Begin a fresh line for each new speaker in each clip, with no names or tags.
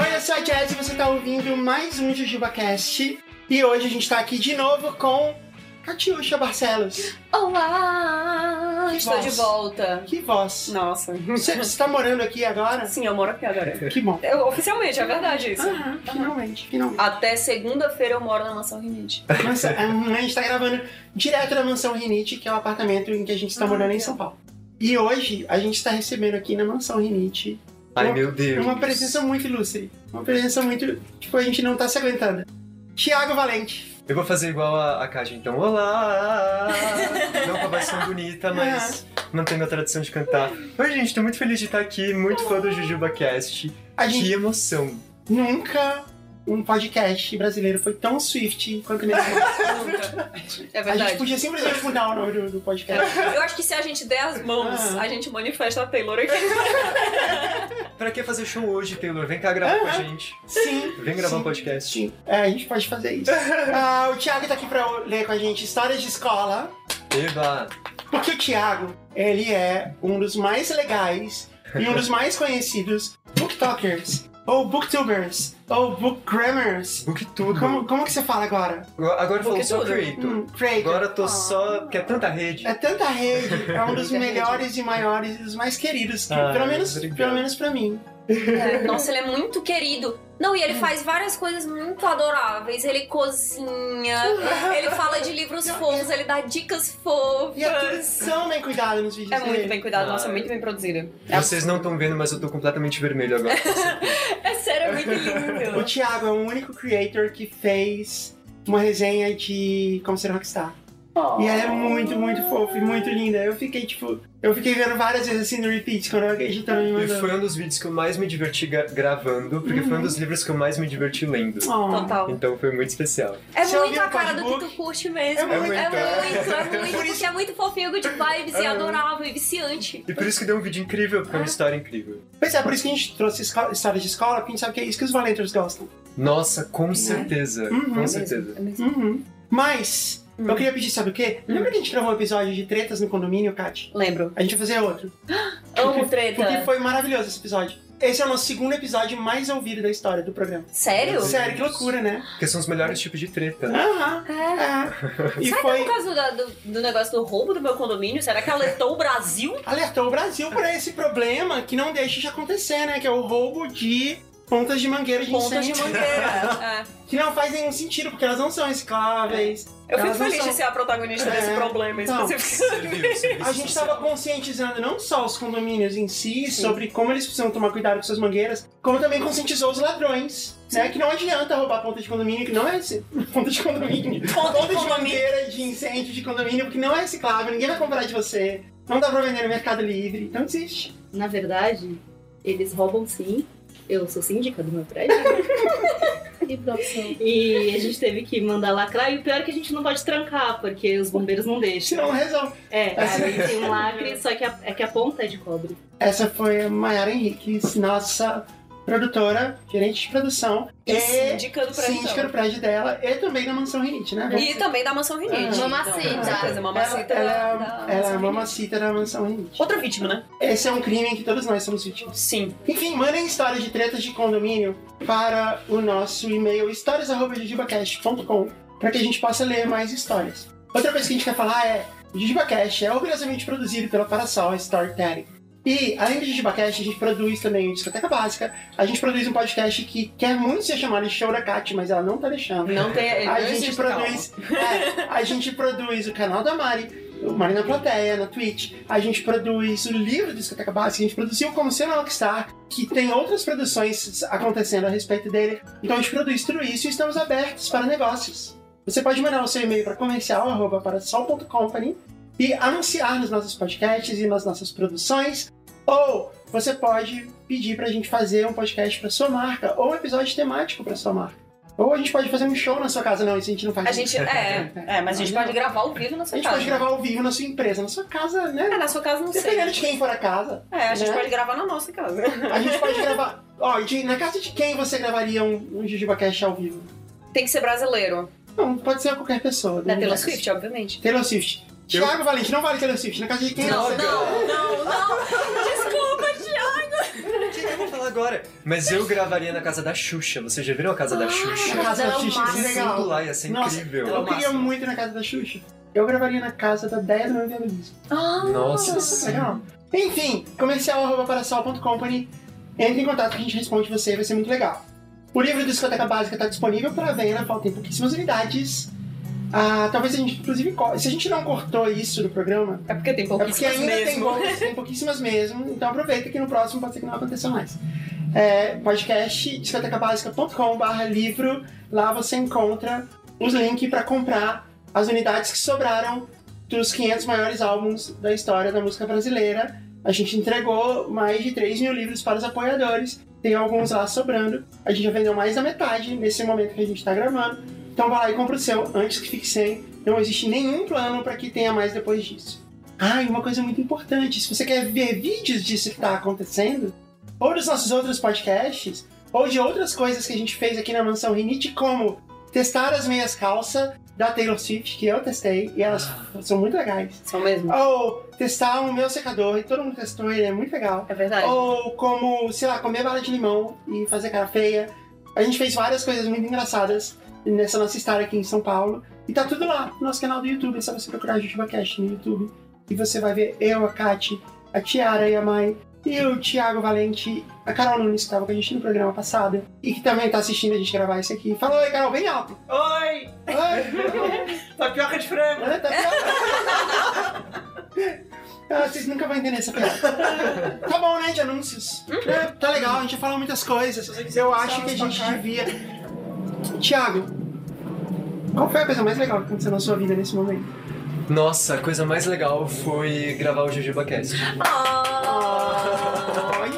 Oi, eu sou a Jazz e você tá ouvindo mais um JujubaCast. E hoje a gente tá aqui de novo com Catiuxa Barcelos.
Olá! Estou
Nossa.
de volta.
Que voz.
Nossa.
Você, você tá morando aqui agora?
Sim, eu moro aqui agora.
Que bom.
Eu- oficialmente, é verdade isso.
Aham, finalmente, finalmente.
Até segunda-feira eu moro na Mansão Rinite.
Nossa, a gente tá gravando direto da Mansão Rinite, que é o apartamento em que a gente tá
Ah,
morando em
legal.
São Paulo. E hoje a gente tá recebendo aqui na Mansão Rinite
Ai, meu
É
Deus.
uma presença muito ilustre. Uma presença muito. Tipo, a gente não tá se aguentando. Tiago Valente.
Eu vou fazer igual a, a Kaji, então. Olá! Não com a versão
É.
bonita, mas mantendo a tradição de cantar. Oi, gente, tô muito feliz de estar aqui, muito fã do JujubaCast.
A gente
Que emoção.
nunca um podcast brasileiro foi tão swift quanto nesse momento.
Nunca. É
A gente
verdade.
podia simplesmente mudar o nome do, do podcast.
Eu acho que se a gente der as mãos,
Ah.
a gente manifesta a Taylor aqui.
Pra que fazer show hoje, Taylor? Vem cá gravar com a gente.
Sim.
Vem gravar
É. Sim.
um podcast.
Sim. É, a gente pode fazer isso. Ah, o Tiago tá aqui pra ler com a gente histórias de escola.
Eva!
Porque o Thiago, ele é um dos mais legais e um dos mais conhecidos booktokers, ou booktubers, ou bookgrammers.
Book tudo.
Como, como que você fala agora?
Agora falou só
tudo.
creator.
Hum, creator.
Agora tô só. Porque é tanta rede.
É tanta rede, é um dos
Muita
melhores e maiores e dos mais queridos, que-
Ai,
pelo, menos,
Ah, obrigado.
pelo menos pra mim.
Nossa, ele é muito querido. Não, e ele faz várias coisas muito adoráveis. Ele cozinha, ele fala de livros fofos, ele dá dicas
E é tudo
fofas.
tão bem cuidado nos vídeos
É muito
dele.
bem cuidado, nossa, é muito bem produzido.
é
Vocês não estão vendo, mas eu tô completamente vermelho agora.
É sério, é muito
O
lindo.
Thiago é o único creator que fez uma resenha de Como Ser Rockstar. E ela é muito, muito fofa e muito linda. Eu fiquei, tipo, eu fiquei vendo várias vezes assim no repeat quando eu editando me
E
mandando.
foi um dos vídeos que eu mais me diverti gra- gravando, porque
Uhum.
foi um dos livros que eu mais me diverti lendo.
Oh.
Total.
Então foi muito especial.
É
Você
muito
ouviu
a
o
cara do que
Codebook?
tu curte mesmo.
É muito,
é
é.
muito, é muito, porque é muito fofinho, good vibes e
É.
adorável e viciante.
E por isso que deu um vídeo incrível, porque é uma história incrível.
Pois é, por isso que a gente trouxe esco- histórias de escola, porque a gente sabe que é isso que os valenters gostam.
Nossa, com certeza.
Né? Uhum.
Com certeza.
Uhum. Mas, eu
Hum.
queria pedir, sabe o quê? Lembra que a gente gravou um episódio de tretas no condomínio, Kat?
Lembro.
A gente vai fazer outro.
Amo
Porque
treta.
foi maravilhoso esse episódio. Esse é o nosso segundo episódio mais ouvido da história do programa.
Sério?
Sim.
Sério, que loucura, né?
Porque são os melhores tipos de treta.
Aham.
É.
É. E
Será que é
foi.
por causa da- do, do negócio do roubo do meu condomínio? Será que alertou o Brasil?
Alertou o Brasil pra esse problema que não deixa de acontecer, né? Que é o roubo de pontas de mangueira de
Pontas de
incêndio.
mangueira. É.
Que não faz nenhum sentido, porque elas não são recicláveis.
Eu fico
Elas não
feliz
são.
de ser a protagonista
É.
desse problema
Então,
específico.
Serviço, serviço
A gente
social.
estava conscientizando não só os condomínios em si,
é Sim.
sobre como eles precisam tomar cuidado com suas mangueiras, como também conscientizou os ladrões, né? Que não adianta roubar ponta de condomínio, que não é reci- ponta de condomínio.
Ponta de
Ponta de
condomínio.
mangueira de incêndio de condomínio, porque não é reciclável, ninguém vai comprar de você. Não dá pra vender no Mercado Livre, então existe.
Na verdade, eles roubam sim. Eu sou síndica do meu prédio. e a gente teve que mandar lacrar. E o pior é que a gente não pode trancar, porque os bombeiros não deixam.
Senão não resolve.
É, aí tem um lacre, só que a, é que a ponta é de cobre.
Essa foi a Mayara Henriques, nossa produtora, gerente de produção,
E
e
É síndica do Brasil.
síndica do prédio dela, e também da Mansão Rinite, né?
E também da Mansão Rinite.
Ah.
Mamacita.
Então, com certeza, mamacita
Ela,
da-
ela,
da
é- ela é a
Mansão Rinite.
mamacita da mansão Rinite.
Outra vítima, né?
Esse é um crime que todos nós somos vítimas.
Sim.
Enfim, mandem histórias de tretas de condomínio para o nosso e-mail histórias.jujubacast.com para que a gente possa ler mais histórias. Outra coisa que a gente quer falar é o JujubaCast é orgulhosamente produzido pela Parasol Storytelling. E, além do JujubaCast, a gente produz também o Discoteca Básica, a gente produz um podcast que quer muito ser chamado de Show da Cat, mas ela não tá deixando.
Não tem. É, não
A gente
existe calma.
produz. é, a gente produz o canal da Mari, o Mari na Plateia, na Twitch. A gente produz o livro do Discoteca Básica, a gente produziu como Cena Rockstar, que tem outras produções acontecendo a respeito dele. Então a gente produz tudo isso e estamos abertos para negócios. Você pode mandar o seu e-mail para comercial, arroba, para sol.company e anunciar nos nossos podcasts e nas nossas produções. Ou você pode pedir para a gente fazer um podcast para sua marca ou um episódio temático para sua marca. Ou a gente pode fazer um show na sua casa. Não, isso a gente não faz.
A gente. É, é, mas a gente pode gravar ao vivo na
A
sua
gente
casa.
pode gravar ao vivo na sua empresa, na sua casa, né?
É, na sua casa não sei.
Dependendo de quem for a casa,
É, a gente
né?
pode gravar na nossa casa.
a gente pode gravar. Ó, de- na casa de quem você gravaria um, um JujubaCast ao vivo?
Tem que ser brasileiro.
Não, pode ser qualquer pessoa.
Da
não
Taylor
interessa.
Swift, obviamente.
Taylor Swift.
Eu-
Thiago Valente, não vale Taylor Swift. Na casa de quem
Não,
você-
não, não, não. Desculpa, Tiago.
O que que eu vou falar agora? Mas eu gravaria na casa da Xuxa. Vocês já viram a casa da
Na
Xuxa?
casa
Não,
da Xuxa, que
mas-
legal.
Tudo lá ia ser
Ah, Nossa,
incrível.
Eu queria muito ir na casa da Xuxa. Eu gravaria na casa da 10 da Maria Luísa.
Ah.
Ah,
Nossa, sim.
é Legal. Enfim, comercial arroba para sal.company. Entre em contato que a gente responde você, vai ser muito legal. O livro do Discoteca Básica está disponível para venda, faltam pouquíssimas unidades. Ah, talvez a gente, inclusive, co- se a gente não cortou isso do programa,
É porque tem
é porque
pouquíssimas
ainda tem,
mesmo.
poucas- tem pouquíssimas mesmo, então aproveita que no próximo pode ser que não aconteça mais. É, podcast discotecabásica.com.br livro, lá você encontra os links para comprar as unidades que sobraram dos 500 maiores álbuns da história da música brasileira. A gente entregou mais de 3 mil livros para os apoiadores, tem alguns lá sobrando. A gente já vendeu mais da metade nesse momento que a gente está gravando. Então vai lá e compra o seu antes que fique sem. Não existe nenhum plano para que tenha mais depois disso. Ah, e uma coisa muito importante: se você quer ver vídeos disso que está acontecendo, ou dos nossos outros podcasts, ou de outras coisas que a gente fez aqui na Mansão Rinite, como testar as meias calça da Taylor Swift, que eu testei, e elas são muito legais.
São mesmo.
Ou testar o meu secador, e todo mundo testou, ele é muito legal.
É verdade.
Ou como, sei lá, comer bala de limão e fazer cara feia. A gente fez várias coisas muito engraçadas nessa nossa história aqui em São Paulo. E tá tudo lá no nosso canal do YouTube. É só você procurar Jujuba Cash no YouTube. E você vai ver eu, a Kati, a Tiara e a Mai. E o Thiago Valente, a Carol Nunes, que estava com a gente no programa passado. E que também tá assistindo a gente gravar isso aqui. Fala oi, Carol, bem alto.
Oi!
Oi.
Tapioca de frango!
Olha, tá pior. Ah, vocês nunca vão entender essa piada. Tá bom, né, de anúncios? É, tá legal, a gente já falou muitas coisas. Eu acho que a gente devia... Tiago, qual foi a coisa mais legal que aconteceu na sua vida nesse momento?
Nossa, a coisa mais legal foi gravar o GGBacast.
a gente fala
Ah.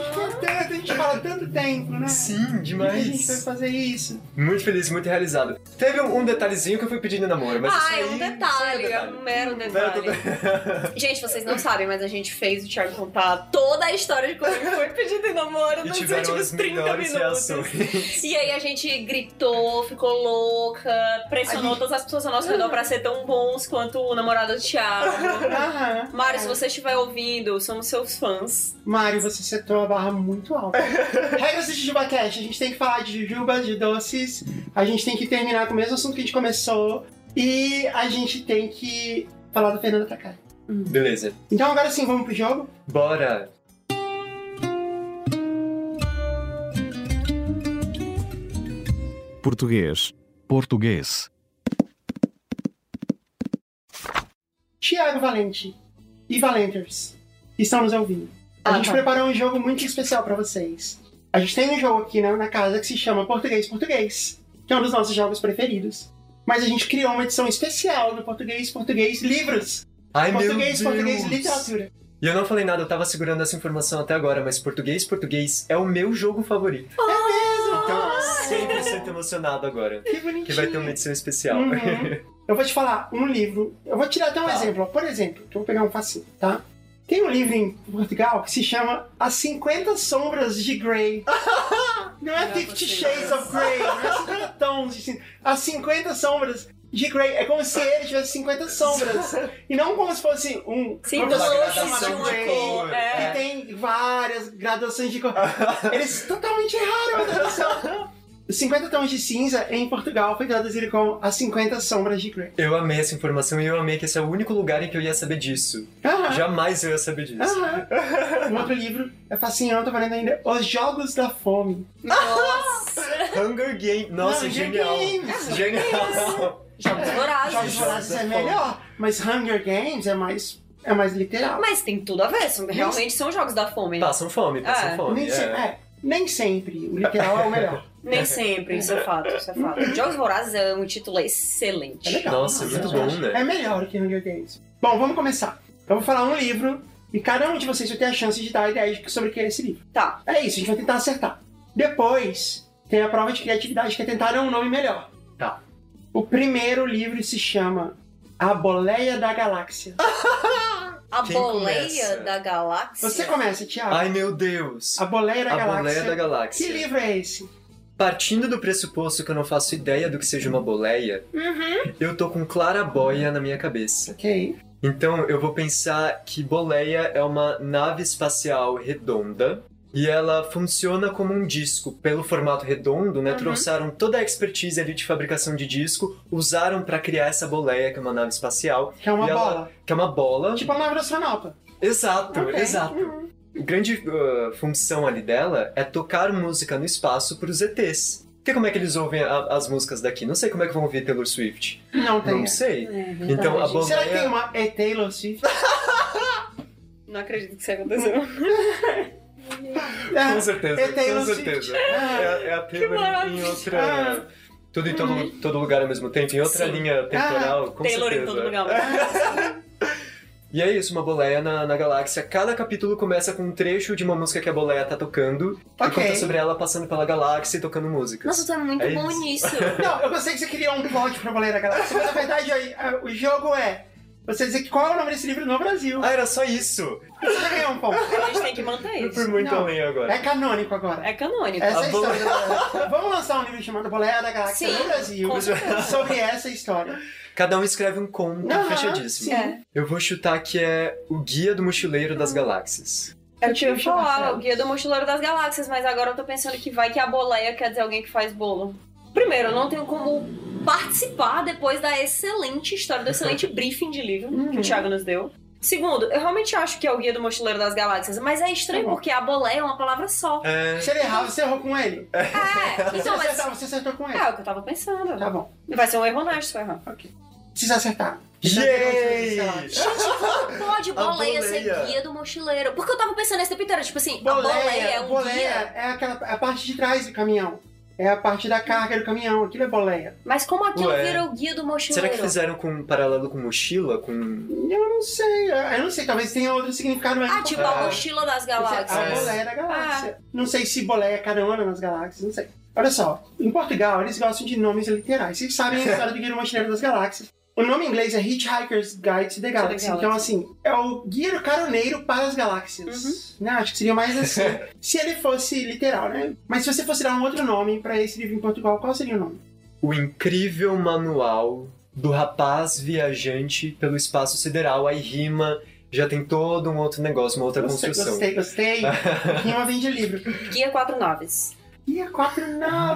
tanto, a gente fala tanto tempo, né?
Sim,
Por que a gente foi
demais.
fazer isso.
Muito feliz, muito realizado. Teve um um detalhezinho que eu fui pedindo em namoro, mas isso
Ah,
aí,
é um detalhe,
isso
é
aí
um mero
detalhe.
detalhe. Gente, vocês não sabem, mas a gente fez o Thiago contar toda a história de como ele foi pedido em namoro
E
nos
tiveram
últimos
as
30
melhores
minutos.
reações.
E aí a gente gritou, ficou louca, pressionou
A gente-
todas as pessoas ao nosso redor pra ser tão bons quanto o namorado do Thiago.
Aham.
Mário, se você estiver ouvindo, somos seus fãs.
Mário, você setou a barra muito alta. Regras do Jujuba Cash. A gente tem que falar de jujubas, de doces. A gente tem que terminar com o mesmo assunto que a gente começou. E a gente tem que falar do Fernando Takari.
Beleza.
Então agora sim, vamos pro jogo?
Bora.
português, português,
Tiago Valente e Valenters que estão nos ouvindo. A
Ah,
gente
tá.
preparou um jogo muito especial pra vocês. A gente tem um jogo aqui na, na casa que se chama Português Português, que é um dos nossos jogos preferidos. Mas a gente criou uma edição especial do Português Português Livros.
Ai,
português
meu Deus.
Português Literatura.
E eu não falei nada, eu tava segurando essa informação até agora, mas português, português é o meu jogo favorito. É mesmo? Então, 100% emocionado agora.
Que bonitinho.
Que vai ter uma edição especial.
Hum.
Uhum. Eu vou te falar um livro. Eu vou te dar até um
Tá.
exemplo. ó. Por exemplo, eu vou pegar um facinho, tá? Tem um livro em Portugal que se chama As 50 Sombras de Grey. Não é
Não,
50
você-
Shades of Grey, não é 50 tons. de cin- As 50 Sombras de Grey. É como se ele tivesse 50 sombras. E não como se fosse um.
Sim,
uma
tons
pessoa
de
chamada
uma
Grey,
cor, é.
Que tem várias graduações de cor. Eles totalmente erraram a tradução. 50 Tons de Cinza em Portugal foi traduzido como As 50 Sombras de Grey.
Eu amei essa informação e eu amei que esse é o único lugar em que eu ia saber disso.
Aham.
Jamais eu ia saber disso.
aham. Um outro livro é fascinante, eu tô valendo ainda Os Jogos da Fome.
Nossa!
Hunger Game. Nossa,
Hunger
genial.
Games.
Genial.
Jogos
Jogos
vorazes.
Vorazes é
da
melhor, mas Hunger Games é mais, é mais literal.
Mas tem tudo a ver, são- realmente são jogos da fome.
Passam fome, passam
É,
fome.
nem,
é.
se- é, nem sempre o literal é o melhor.
Nem sempre, isso é fato, isso é fato. Jogos Vorazes é um título excelente.
É legal.
Nossa, muito
eu
bom,
acho.
né?
É melhor que Hunger Games. Bom, vamos começar. Eu vou falar um livro e cada um de vocês vai ter a chance de dar a ideia de- sobre o que é esse livro.
Tá.
É isso, a gente vai tentar acertar. Depois, tem a prova de criatividade, que é tentar um nome melhor.
Tá.
O primeiro livro se chama A Boleia da Galáxia.
A
Quem
boleia
começa?
da galáxia.
Você começa, Thiago.
Ai, meu Deus.
A Boleia da
A
Galáxia.
Boleia da
Que
Galáxia.
livro é esse?
partindo do pressuposto que eu não faço ideia do que seja uma boleia,
Uhum.
eu tô com clarabóia na minha cabeça.
Ok.
Então eu vou pensar que boleia é uma nave espacial redonda e ela funciona como um disco pelo formato redondo,
Uhum.
né? Trouxeram toda a expertise ali de fabricação de disco, usaram pra criar essa boleia que é uma nave espacial,
Que é uma
E ela-
bola.
que é uma bola.
Tipo a nave do astronauta.
Exato,
Ok.
exato. A grande uh, função ali dela é tocar música no espaço pros ETs. Porque como é que eles ouvem a- as músicas daqui? Não sei como é que vão ouvir Taylor Swift.
Não tem.
Não sei.
É,
Então a boleia...
Será que tem uma E. Taylor Swift?
Não acredito que isso aconteceu.
É.
Ah,
Com certeza,
É
com
um
Taylor
certeza.
Ah.
É, a- é a Taylor em outra. Tudo em todo, todo lugar ao mesmo tempo, em outra
Ah. Uhum. Sim. Ah,
linha temporal, com
Taylor
certeza.
em todo lugar.
E é isso, uma boleia na, na galáxia. Cada capítulo começa com um trecho de uma música que a boleia tá tocando e
Ok.
conta sobre ela passando pela galáxia e tocando músicas.
Nossa, tu é muito
É
bom
isso.
nisso.
Não, eu pensei que você queria um plot pra Baleia da Galáxia, mas na verdade aí, a- o jogo é você dizer que qual é o nome desse livro no Brasil.
Ah, era só isso!
Você já ganhou um ponto.
A gente tem que manter
Eu fui
isso.
muito
Não.
além agora.
É canônico agora.
É canônico.
Essa é
A
a história. da Baleia. Vamos lançar um livro chamado Boleia da Galáxia
Sim,
no Brasil
com
sobre essa história.
Cada um escreve um conto
Aham,
fechadíssimo.
sim.
É.
Eu vou chutar que é o Guia do Mochileiro das Galáxias.
Eu tinha
Deixa eu
falar,
pensar.
o Guia do Mochileiro das Galáxias, mas agora eu tô pensando que vai que a boleia quer dizer alguém que faz bolo. Primeiro, eu não tenho como participar depois da excelente história, do excelente briefing de livro que o Thiago nos deu. Segundo, eu realmente acho que é o Guia do Mochileiro das Galáxias, mas é estranho
Tá bom.
porque a boleia é uma palavra só.
É.
Se ele errar, você errou com ele.
É,
Se
então,
você
mas...
acertar, você acertou com ele.
É, o que eu tava pensando.
Tá bom.
Vai ser um erro honesto se eu errar.
Se você acertar.
é Yay!
Sei lá.
Pode boleia,
boleia.
ser guia do mochileiro. Porque eu tava pensando esse tempo inteiro, tipo assim, a boleia é
Boleia,
um
boleia
guia.
é aquela a parte de trás do caminhão. É a parte da carga do caminhão, aquilo é boleia.
Mas como aquilo
Ué.
vira o guia do mochileiro?
Será que fizeram com um paralelo com mochila? Com.
Eu não sei, eu não sei, talvez tenha outro significado, mas.
Ah, tipo
É.
a mochila das
Tá A
galáxias.
É. boleia da galáxia. Não sei se boleia é carona nas galáxias, não sei. Olha só, em Portugal eles gostam de nomes literais. Vocês sabem a história do Guia do Mochileiro das Galáxias. O nome em inglês é Hitchhiker's Guide to the Galaxy.
Galaxy.
Então, assim, é o guia do caroneiro para as galáxias. Né? Acho que seria mais assim. se ele fosse literal, né? Mas se você fosse dar um outro nome pra esse livro em Portugal, qual seria o nome?
O incrível manual do rapaz viajante pelo espaço sideral. Aí rima, já tem todo um outro negócio, uma outra
Gostei,
construção.
gostei, gostei. Rima vem de livro.
Guia quatro naves.
Guia quatro não.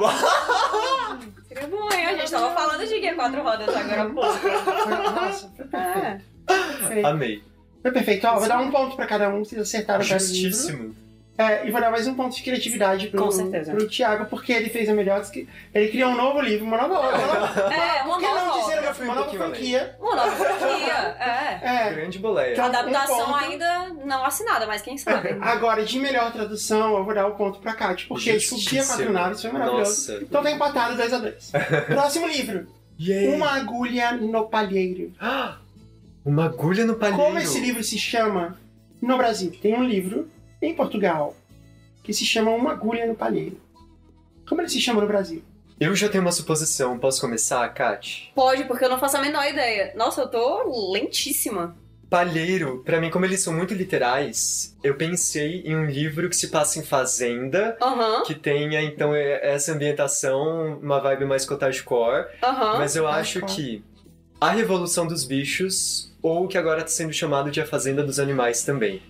Seria bom, hein? A gente tava falando de guia quatro rodas agora há pouco.
Nossa, foi perfeito.
É.
Perfeito.
Amei.
Foi perfeito. Ó, vou dar um ponto pra cada um, vocês acertaram cada livro.
Justíssimo.
É, e vou dar mais um ponto de criatividade pro,
Com certeza.
pro Thiago, porque ele fez a melhor. que- Ele criou um novo livro, uma nova obra. uma nova-
É, uma
Por que não
nova
dizer
obra.
uma,
Eu fui um
uma nova
pouquinho além.
franquia?
Uma nova franquia. É.
É.
Grande boleia.
Tá.
Adaptação
Um ponto.
ainda não assinada, mas quem
É.
sabe.
Agora, de melhor tradução, eu vou dar o ponto pra Kátia, porque descobrir
Justíssimo.
quatro naves foi maravilhoso.
Nossa.
Então tá empatado 2x2. Próximo livro:
Yay.
Uma Agulha no Palheiro.
Ah! Uma agulha no palheiro.
Como esse livro se chama no Brasil? Tem um livro em Portugal que se chama Uma Agulha no Palheiro. Como ele se chama no Brasil?
Eu já tenho uma suposição. Posso começar, Kat?
Pode, porque eu não faço a menor ideia. Nossa, eu tô lentíssima.
Palheiro, pra mim, como eles são muito literais, eu pensei em um livro que se passa em fazenda,
Aham,
que tenha, então, e- essa ambientação, uma vibe mais cottage-core,
aham.
mas eu acho
cottage-core.
que A Revolução dos Bichos, ou o que agora tá sendo chamado de A Fazenda dos Animais também.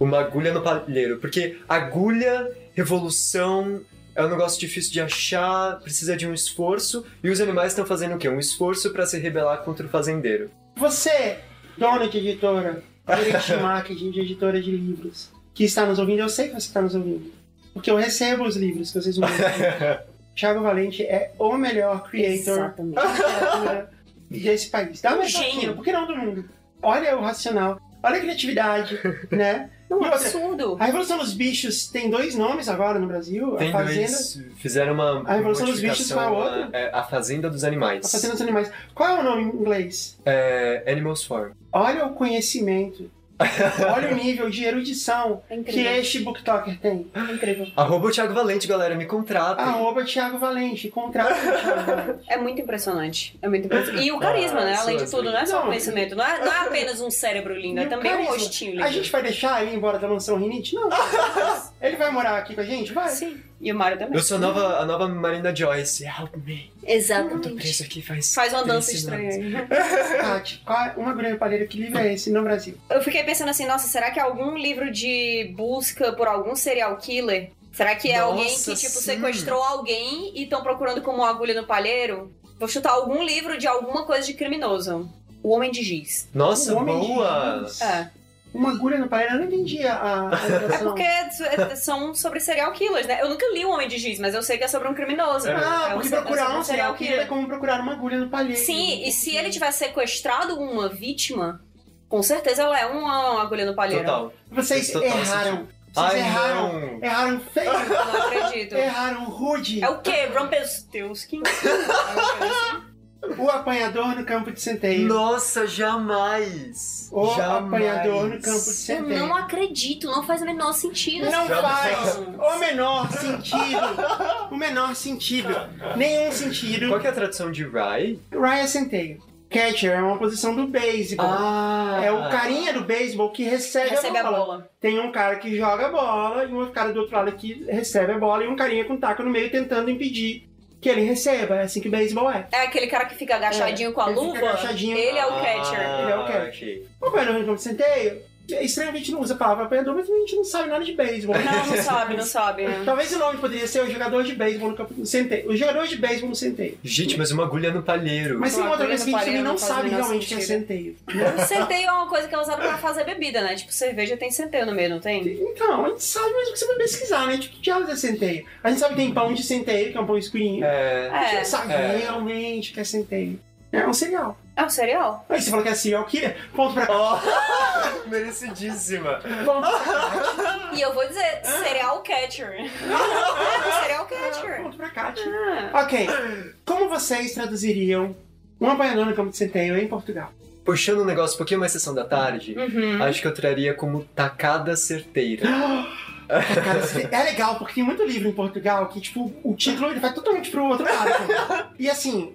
Uma agulha no palheiro, porque agulha, revolução, é um negócio difícil de achar, precisa de um esforço, e os animais estão fazendo o quê? Um esforço pra se rebelar contra o fazendeiro.
Você, dona de editora, gerente de marketing, de editora de livros, que está nos ouvindo, eu sei que você está nos ouvindo. Porque eu recebo os livros que vocês me mandam. Thiago Valente é o melhor creator
Exatamente.
de literatura desse país. Dá uma
Gênio.
Gênio. por que não é do mundo? Olha o racional, olha a criatividade, né?
Um
E outra,
absurdo.
a Revolução dos Bichos tem dois nomes agora no Brasil,
Tem
a Fazenda...
dois. Fizeram uma.
A Revolução dos
modificação,
Bichos foi a outra?
é, A Fazenda dos Animais.
A Fazenda dos Animais. Qual é o nome em inglês?
É, Animals Farm.
Olha o conhecimento. Olha o nível de erudição
É
que
incrível.
este booktalker tem.
É incrível.
Arroba o Thiago Valente, galera, me contratem.
Arroba Thiago Valente, contrata o Thiago Valente.
É muito impressionante. É muito impressionante. E o carisma,
Ah,
né? Além de
suas
tudo, não é só
assim.
o
Não.
conhecimento. Não é, não é apenas um cérebro lindo,
E
é
o
também um
carisma?
rostinho lindo.
A gente vai deixar ele embora da mansão Rinite? Não. Ele vai morar aqui com a gente? Vai.
Sim. E o Mario também.
Eu sou a nova, a nova Marina Joyce. Help me. Eu tô
Exatamente.
preso aqui faz.
Faz uma
três
dança
semanas.
estranha aí.
Tati, qual é- uma grande palheira que livro é esse no Brasil?
Eu fiquei pensando assim, nossa, será que é algum livro de busca por algum serial killer? Será que é
Nossa,
alguém que, tipo,
sim.
sequestrou alguém e estão procurando como uma agulha no palheiro? Vou chutar algum livro de alguma coisa de criminoso. O Homem de Giz.
Nossa,
O Um Homem de
boa!
Giz.
É.
Uma agulha no palheiro? Eu não entendi a, a a
É
ligação.
porque é- são sobre serial killers, né? Eu nunca li O Homem de Giz, mas eu sei que é sobre um criminoso.
Ah,
É
porque
sobre- é
procurar
sobre
um serial killer é como procurar uma agulha no palheiro.
Sim, e se ele tivesse sequestrado uma vítima, com certeza ela é uma agulha no palheiro.
Total.
Vocês
Fez total
erraram. Vocês
Ai,
erraram.
não.
Erraram feio.
Eu não acredito.
erraram rude.
É o quê? Rumpelstiltskin?
O apanhador no campo de centeio.
Nossa, jamais!
O
jamais.
apanhador no campo de
Eu
centeio.
não acredito, não faz o menor sentido.
Não
Jamais.
faz o menor sentido. O menor sentido. Nenhum sentido.
Qual que é a tradução de Rai?
Ryan Centeio. Catcher é uma posição do beisebol.
Ah!
É o carinha do beisebol que recebe,
Recebe a bola.
Tem um cara que joga a bola e um outro cara do outro lado que recebe a bola e um carinha com taco no meio tentando impedir que ele receba. É assim que o beisebol é.
É aquele cara que fica agachadinho com a
ele fica
luva.
agachadinho.
Ele é o catcher.
Ele é o catcher.
Ah, ok.
O apanhador no campo de centeio, é estranho que a gente não usa a palavra apanhador, mas a gente não sabe nada de beisebol.
Não, não sabe, não sabe.
Talvez o nome poderia ser o jogador de beisebol no campo de centeio. O jogador de beisebol no centeio.
Gente, mas uma agulha no palheiro.
Mas tem
Uma
outra
agulha
coisa
no
que a gente também
palheiro
não
não faz o
sabe
menor
realmente que é
sentido.
centeio.
O centeio é uma coisa que é usada pra fazer bebida, né? Tipo, cerveja tem centeio no meio, não tem?
Então, a gente sabe mas o que você vai pesquisar, né? Tipo, que diabos é centeio? A gente sabe que tem pão de centeio, que é um pão escurinho.
É.
A gente
É.
não sabe
É.
realmente o que é centeio. É um cereal.
É um cereal?
Aí você falou que é serial killer, ponto pra Ah, cá.
Oh, merecidíssima.
Ponto pra cá.
E eu vou dizer, cereal catcher. É, cereal catcher.
Ponto pra cá. tio.
Ah,
Ok. Como vocês traduziriam um apanhador no campo de centeio em Portugal?
Puxando um negócio um pouquinho mais sessão da tarde,
Hum.
Uhum.
acho que eu traria como tacada certeira.
Cara, isso é legal, porque tem muito livro em Portugal que, tipo, o título ele vai totalmente pro outro lado. E assim,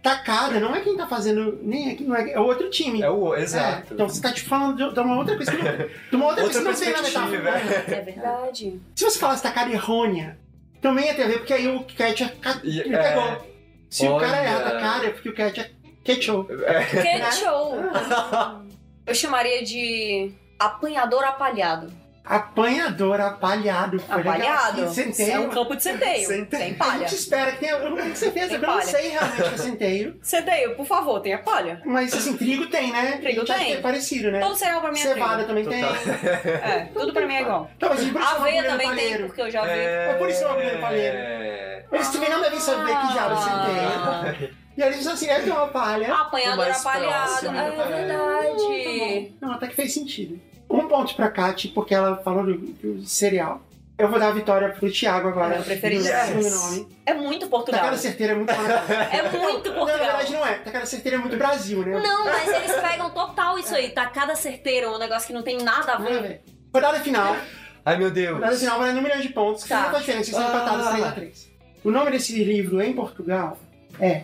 tacada não é quem tá fazendo. Nem é, quem- não é, é outro time.
É o
É,
exato.
então você tá te falando de, de uma outra coisa que não, de uma outra,
Outra
coisa que não tem nada a
perspectiva,
ver.
É verdade.
Se você falasse tacada errônea, também ia ter a ver, porque aí o catcher ca-
E-
ele
é.
pegou. Se o cara
Olha.
erra tacada, é porque o catcher catchou.
Catchou. é
Ah.
Eu chamaria de apanhador apalhado.
Apanhador, apalhado. foi legal.
Apalhado?
Sim,
É
Centeio.
um campo de centeio.
Centeio.
Tem
A
palha.
gente espera que tenha. Eu não tenho certeza,
Tem
porque eu não
palha.
sei realmente que é centeio.
Centeio, por favor, tenha palha.
Mas assim, trigo tem, né?
Trigo
A gente acha
tem.
que É parecido, né?
Todo cereal pra mim é
Cevada
trigo.
também tem.
Total.
É, tudo pra mim é igual.
Então, assim, por isso que eu vou
Aveia
no
também tem,
palheiro.
porque eu já vi.
É por isso que eu abri no palheiro.
É.
Eles também não devem saber que diabo é centeio.
Ah,
E aí eles dizem assim, é de uma palha.
Apanhador
O mais
apalhado.
próximo.
É verdade.
Tá Não, até que fez sentido. Um ponto pra Kate, porque ela falou do, do cereal. Eu vou dar a vitória pro Thiago agora.
Meu preferido.
Do segundo
Yes.
nome.
É muito Portugal.
Tacada certeira é muito Portugal.
É muito
Não, na
Portugal.
verdade não é. Tacada certeira é muito Brasil, né?
Não, mas eles pegam total isso aí. Tacada certeira, um negócio que não tem nada a
Nada a
ver.
ver. é, Rodada final.
Ai, meu Deus.
Rodada final valendo um milhão de pontos.
Tá.
Tá. Não diferença, vocês são
Ah.
empatados 3 a 3 O nome desse livro em Portugal é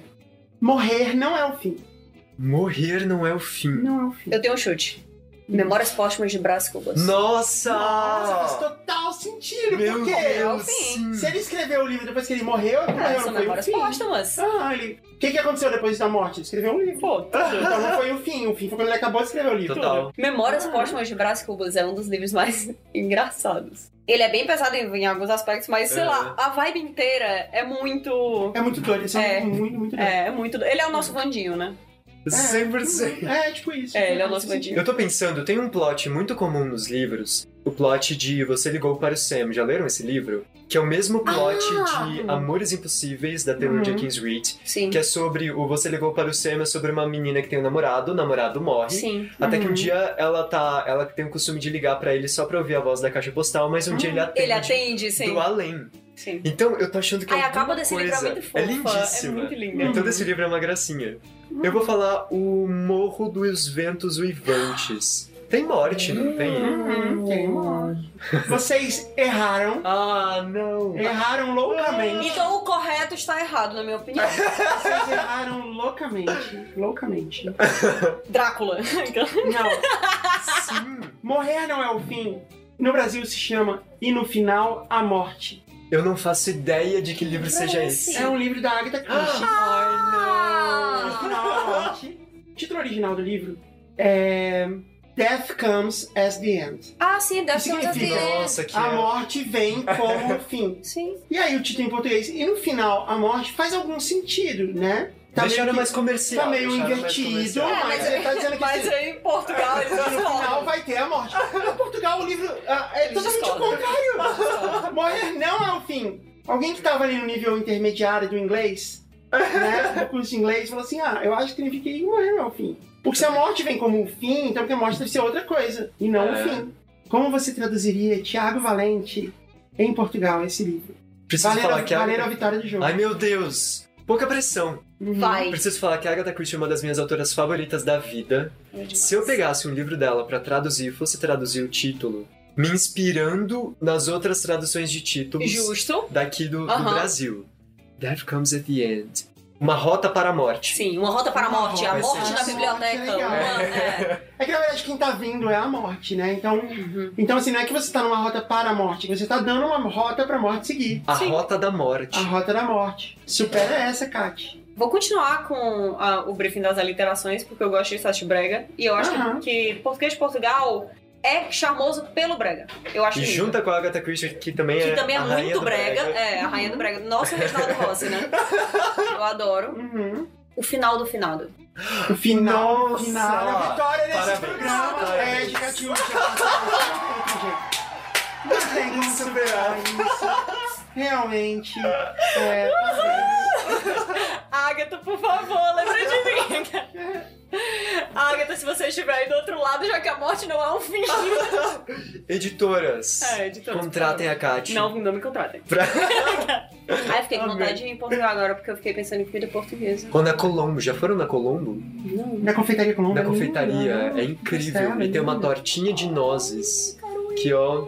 Morrer não é o fim.
Morrer não é o fim.
Não é o fim.
Eu tenho um chute. Memórias póstumas de Brás Cubas.
Nossa!
Nossa, faz total sentido.
Meu
por quê?
Deus,
fim.
Se
sim.
ele escreveu o livro depois que ele morreu, é,
Ah,
morreu
são
não foi o
memórias
fim.
póstumas.
Ah, ele... O que, que aconteceu depois da morte? Ele escreveu um livro.
Pô,
Então não foi o fim. O fim foi quando ele acabou de escrever o livro.
Total.
Memórias Póstumas de Brás Cubas é um dos livros mais engraçados. Ele é bem pesado em, em alguns aspectos, mas sei
É.
lá, a vibe inteira é muito.
É muito doido. Isso é,
É.
muito, muito doido.
É, é muito. Ele é o nosso Vandinho, né?
100%.
É, tipo isso.
É, ele é o nosso Vandinho.
Eu tô pensando, tem um plot muito comum nos livros. O plot de Você Ligou para o Sam. Já leram esse livro? Que é o mesmo plot
Ah!
de Amores Impossíveis, da Taylor
Uhum.
Jenkins Reid.
Sim.
Que é sobre o Você Ligou para o Sam, é sobre uma menina que tem um namorado, o namorado morre.
Sim.
Até que
Uhum.
um dia ela tá. Ela tem o costume de ligar pra ele só pra ouvir a voz da caixa postal, mas um dia ele atende.
Uhum. Ele atende, sim.
Do além.
sim.
Então eu tô achando que
Ai, a
alguma
capa desse livro é
coisa
muito fofa.
É lindíssima.
muito linda.
Então esse livro é uma gracinha.
Uhum.
Eu vou falar o Morro dos Ventos Uivantes. Tem morte, não tem?
Uhum, tem uma hora. Vocês erraram.
Ah, não!
Erraram loucamente.
Então o correto está errado, na minha opinião.
Vocês erraram loucamente. Loucamente.
Drácula.
Não.
Sim!
Morrer não é o fim. No Brasil se chama E no Final, a Morte.
Eu não faço ideia de que livro seja
Parece.
esse.
É um livro da Agatha Christie. No
Ah!
Final, a Morte. O título original do livro é Death Comes as the End.
Ah, sim, deve ser um
Significa-
desafio.
Nossa, que
A morte vem como o fim.
Sim.
E aí o título em português, e no final, a morte faz algum sentido, né? Tá meio
Deixaram
que-
é. mais comercial.
tá meio
deixaram mais
invertido,
comercial.
É,
mas
mas-
ele tá dizendo que
Mas
se-
aí em Portugal eles
no final vai ter a morte. No Portugal o livro ah, é
Eles
totalmente o
discordam. né?
contrário. Morrer não é o fim. Alguém que tava ali no nível intermediário do inglês, né, do curso de inglês, falou assim, ah, eu acho que significa que morrer não é o fim. Porque se a morte vem como um fim, então que a morte deve ser outra coisa, e não o
É.
fim. Como você traduziria Tiago Valente em Portugal esse livro?
Preciso
Valeram,
falar que a...
valeram a vitória do jogo.
Ai, meu Deus. Pouca pressão.
Uhum.
Vai.
Preciso falar que a Agatha Christie é uma das minhas autoras favoritas da vida. Se eu pegasse um livro dela pra traduzir e fosse traduzir o título, me inspirando nas outras traduções de títulos
Justo.
daqui do, do
Aham.
Brasil. Death Comes at the End. Uma rota para a morte.
Sim, uma rota para a morte, a
Vai ser
morte na
isso.
biblioteca.
Que legal.
uma- é.
É que na verdade quem tá vindo é a morte, né? Então, então assim, não é que você tá numa rota para a morte, você tá dando uma rota pra morte seguir.
A rota da morte.
A rota da morte. Supera essa, Kat.
Vou continuar com a- o briefing das aliterações, porque eu gosto de Sati Brega. E eu acho
Aham.
que português de Portugal é charmoso pelo Brega. Eu acho
E
lindo.
junta com a Agatha Christie, que também
Que
é
também é
a rainha
muito
do
brega. É, a rainha do brega. Nossa, o Reginaldo Rossi, né? Eu adoro.
Uhum.
O final do finado.
O final,
Nossa!
final, a vitória desse
Parabéns.
programa é
Parabéns.
de Catiúcha. Não tem
é.
como superar isso. Realmente, é, parabéns.
Agatha, por favor, lembra de mim. Agatha, se você estiver aí do outro lado, já que a morte não é um fim.
Editoras.
É, editoras,
Contratem a Kat.
Não, não me contratem.
Pra...
Ai, fiquei com vontade de ir em Portugal agora, porque eu fiquei pensando em comida
É
portuguesa.
Ou na Colombo. Já foram na Colombo?
Na confeitaria colombiana.
Na confeitaria. É incrível.
Costela,
E tem uma
né?
tortinha de nozes. Que ó.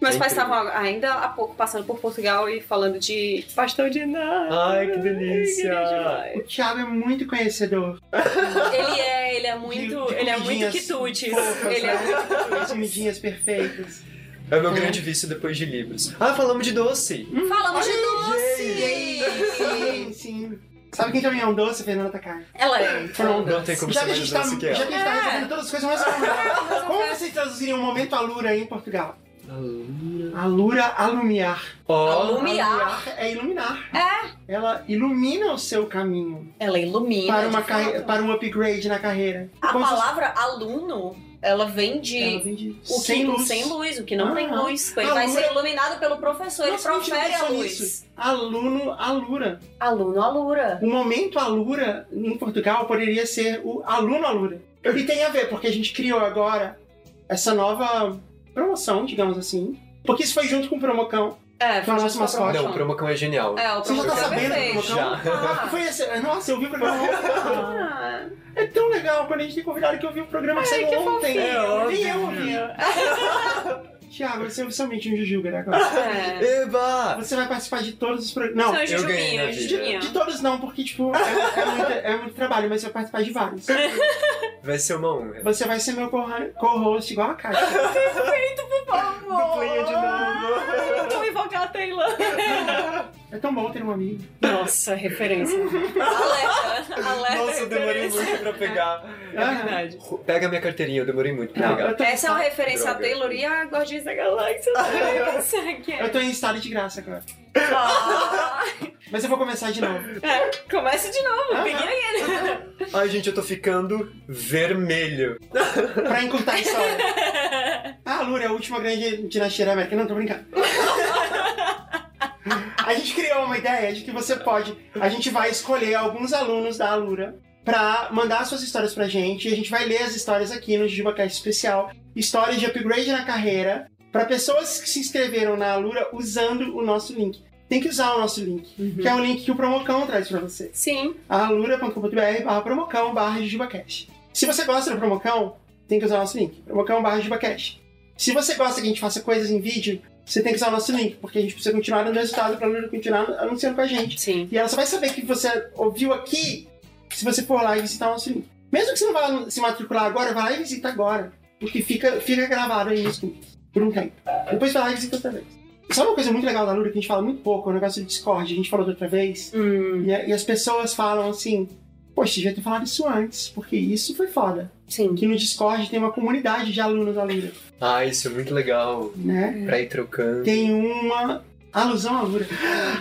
Meus pais
É incrível.
estavam ainda há pouco passando por Portugal e falando de pastel de nada.
Ai, que delícia.
O Thiago é muito conhecedor.
Ele é, ele é
De-
muito,
de
ele é muito
comidinhas
quitutes.
fofas,
Ele é
né?
muito
As comidinhas perfeitas.
É o meu grande vício depois de livros. Ah, falamos de doce.
um-
Hum.
Falamos de doce!
Sim, sim. Sabe quem também é um doce? Fernanda Takai.
Ela é.
Pronto.
Não tem como
já
ser
que a
mais
gente tá,
doce que
já
ela.
que a gente tá
É.
resolvendo todas as coisas, mas como vocês traduziriam o momento alura em Portugal? Alura, alumiar.
Ó.
Alumiar.
é iluminar. É. Ela ilumina o seu caminho
Ela ilumina.
para, uma
de
carre-
fato.
para um upgrade na carreira.
A
Como se-
palavra aluno, ela vem
Ela
de.
vem de
O que
sem luz.
sem luz, o que não tem
Aham.
luz. Ele
A
vai
lua-
ser iluminado pelo professor, ele
Nossa, a gente não
profere a
pensou
luz.
nisso. Aluno, alura.
Aluno, alura.
O momento alura em Portugal poderia ser o aluno alura. E tem a ver, porque a gente criou agora essa nova promoção, digamos assim. Porque isso foi junto com o Promocão.
É,
Foi o nosso
justo pra
mascote.
Não, o Promocão é genial.
É, o
Você já tá
professor
sabendo do
perfeito.
Promocão?
Ah.
Foi esse... é, Nossa, eu vi o programa.
Ah.
É tão legal quando a gente tem convidado que eu vi o programa que saiu ontem.
É,
Nem eu
óbvio.
vi. Tiago, você é oficialmente um Jujuga né, agora.
É.
Eba!
Você vai participar de todos os programas. Não,
São
ganhei na
Jujubinha,
vida.
Jujubinha.
de todos não, porque, tipo, é, é muito, é muito trabalho, mas você vai participar de vários.
Vai ser uma honra.
Você vai ser meu co- co-host igual a Kátia.
Por favor.
Duplinha de novo.
Vou invocar a Taylor.
É tão bom ter um amigo.
Nossa, referência. alerta, alerta.
Nossa, eu demorei
referência.
muito pra pegar.
Ah,
É Verdade.
Pega minha carteirinha, eu demorei muito pra
Não,
pegar.
eu tô,
Essa é uma referência a
Droga.
Taylor e a Guardiões da Galáxia. Sabe quem é?
eu tô em estado de graça agora.
Ah.
Mas eu vou começar de novo.
É, Comece de novo,
Aham.
begin again.
Ai, gente, eu tô ficando vermelho.
Pra encurtar a história. Ah, Lura, é a última grande dinastia da América. Não, tô brincando. A gente criou uma ideia de que você pode. A gente vai escolher alguns alunos da Alura pra mandar suas histórias pra gente. E a gente vai ler as histórias aqui no JujubaCast especial. Histórias de upgrade na carreira pra pessoas que se inscreveram na Alura usando o nosso link. Tem que usar o nosso link, que é o link que o Promocão traz pra você
Sim.
alura.com.br barra promocão barra Jujubacash. Se você gosta do promocão, tem que usar o nosso link, promocão barra Jujubacash. Se você gosta que a gente faça coisas em vídeo, você tem que usar o nosso link, porque a gente precisa continuar dando resultado para a Lura continuar anunciando com a gente.
Sim.
E ela só vai saber que você ouviu aqui se você for lá e visitar o nosso link. Mesmo que você não vá se matricular agora, vai lá e visita agora. Porque fica, fica gravado aí isso. Por um tempo. Depois vai lá e visita outra vez. Só uma coisa muito legal da Lura que a gente fala muito pouco, é o negócio do Discord, a gente falou da outra vez.
Hum,
E, a- e as pessoas falam assim, poxa, devia ter falado isso antes, porque isso foi foda.
sim.
Que no Discord tem uma comunidade de alunos da Lura,
Ah, isso é muito legal.
né?
Pra ir trocando.
Tem uma alusão à Lura.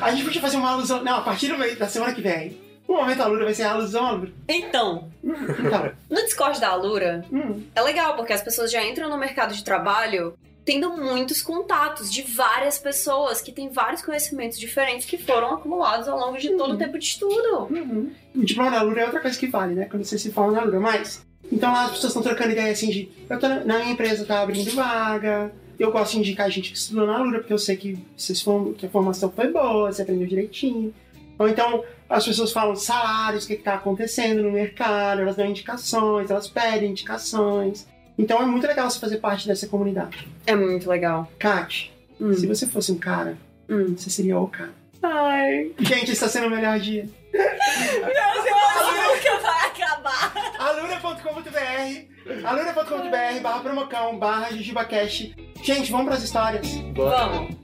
A gente podia fazer uma alusão... Não, a partir do meio da semana que vem. O momento Alura vai ser a alusão à Lura.
Então,
Então,
no Discord da Alura,
hum,
é legal, porque as pessoas já entram no mercado de trabalho tendo muitos contatos de várias pessoas que têm vários conhecimentos diferentes que foram acumulados ao longo de
Hum.
todo o tempo de estudo.
uhum. O diploma da Lura é outra coisa que vale, né? Quando você se forma na Lura. Mas, então lá as pessoas estão trocando ideia assim de... Eu tô na, na minha empresa tá abrindo vaga... Eu gosto de indicar gente que estudou na Lura, porque eu sei que, vocês form- que a formação foi boa, você aprendeu direitinho. Ou então, as pessoas falam de salários, o que está acontecendo no mercado, elas dão indicações, elas pedem indicações. Então é muito legal você fazer parte dessa comunidade.
É muito legal.
Kat,
Hum,
se você fosse um cara,
hum.
você seria o cara.
Ai.
Gente, está sendo o melhor dia.
Não, eu nunca vai acabar.
aluna.com.br, aluna.com.br, barra promocão, barra jujubacash. Gente, vamos para as histórias.
Bora.
Vamos.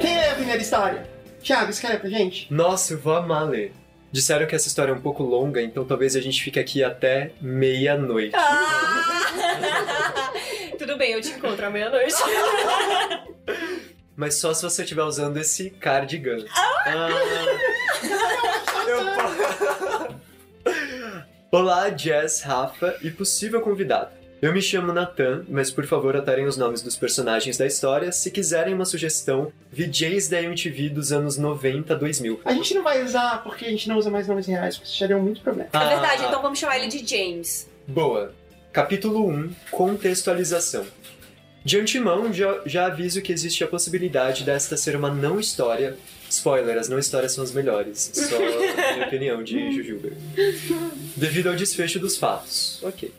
Quem é a primeira história? Thiago, escreve pra gente.
Nossa, eu vou amar ler. Disseram que essa história é um pouco longa, então talvez a gente fique aqui até meia-noite.
Ah! Tudo bem, eu te encontro à meia-noite.
Mas só se você estiver usando esse cardigan. Ah. Eu- Olá, Jazz, Rafa e possível convidado. Eu me chamo Nathan, mas por favor anotarem os nomes dos personagens da história se quiserem uma sugestão VJs da MTV dos anos 90 2000.
A gente não vai usar porque a gente não usa mais nomes reais, porque isso já deu muito problema.
Ah.
É verdade, então vamos chamar ele de James.
Boa. Capítulo 1 Contextualização. De antemão, já, já aviso que existe a possibilidade desta ser uma não história. Spoiler, as não histórias são as melhores. Só a minha opinião de Jujuba. Devido ao desfecho dos fatos. Ok.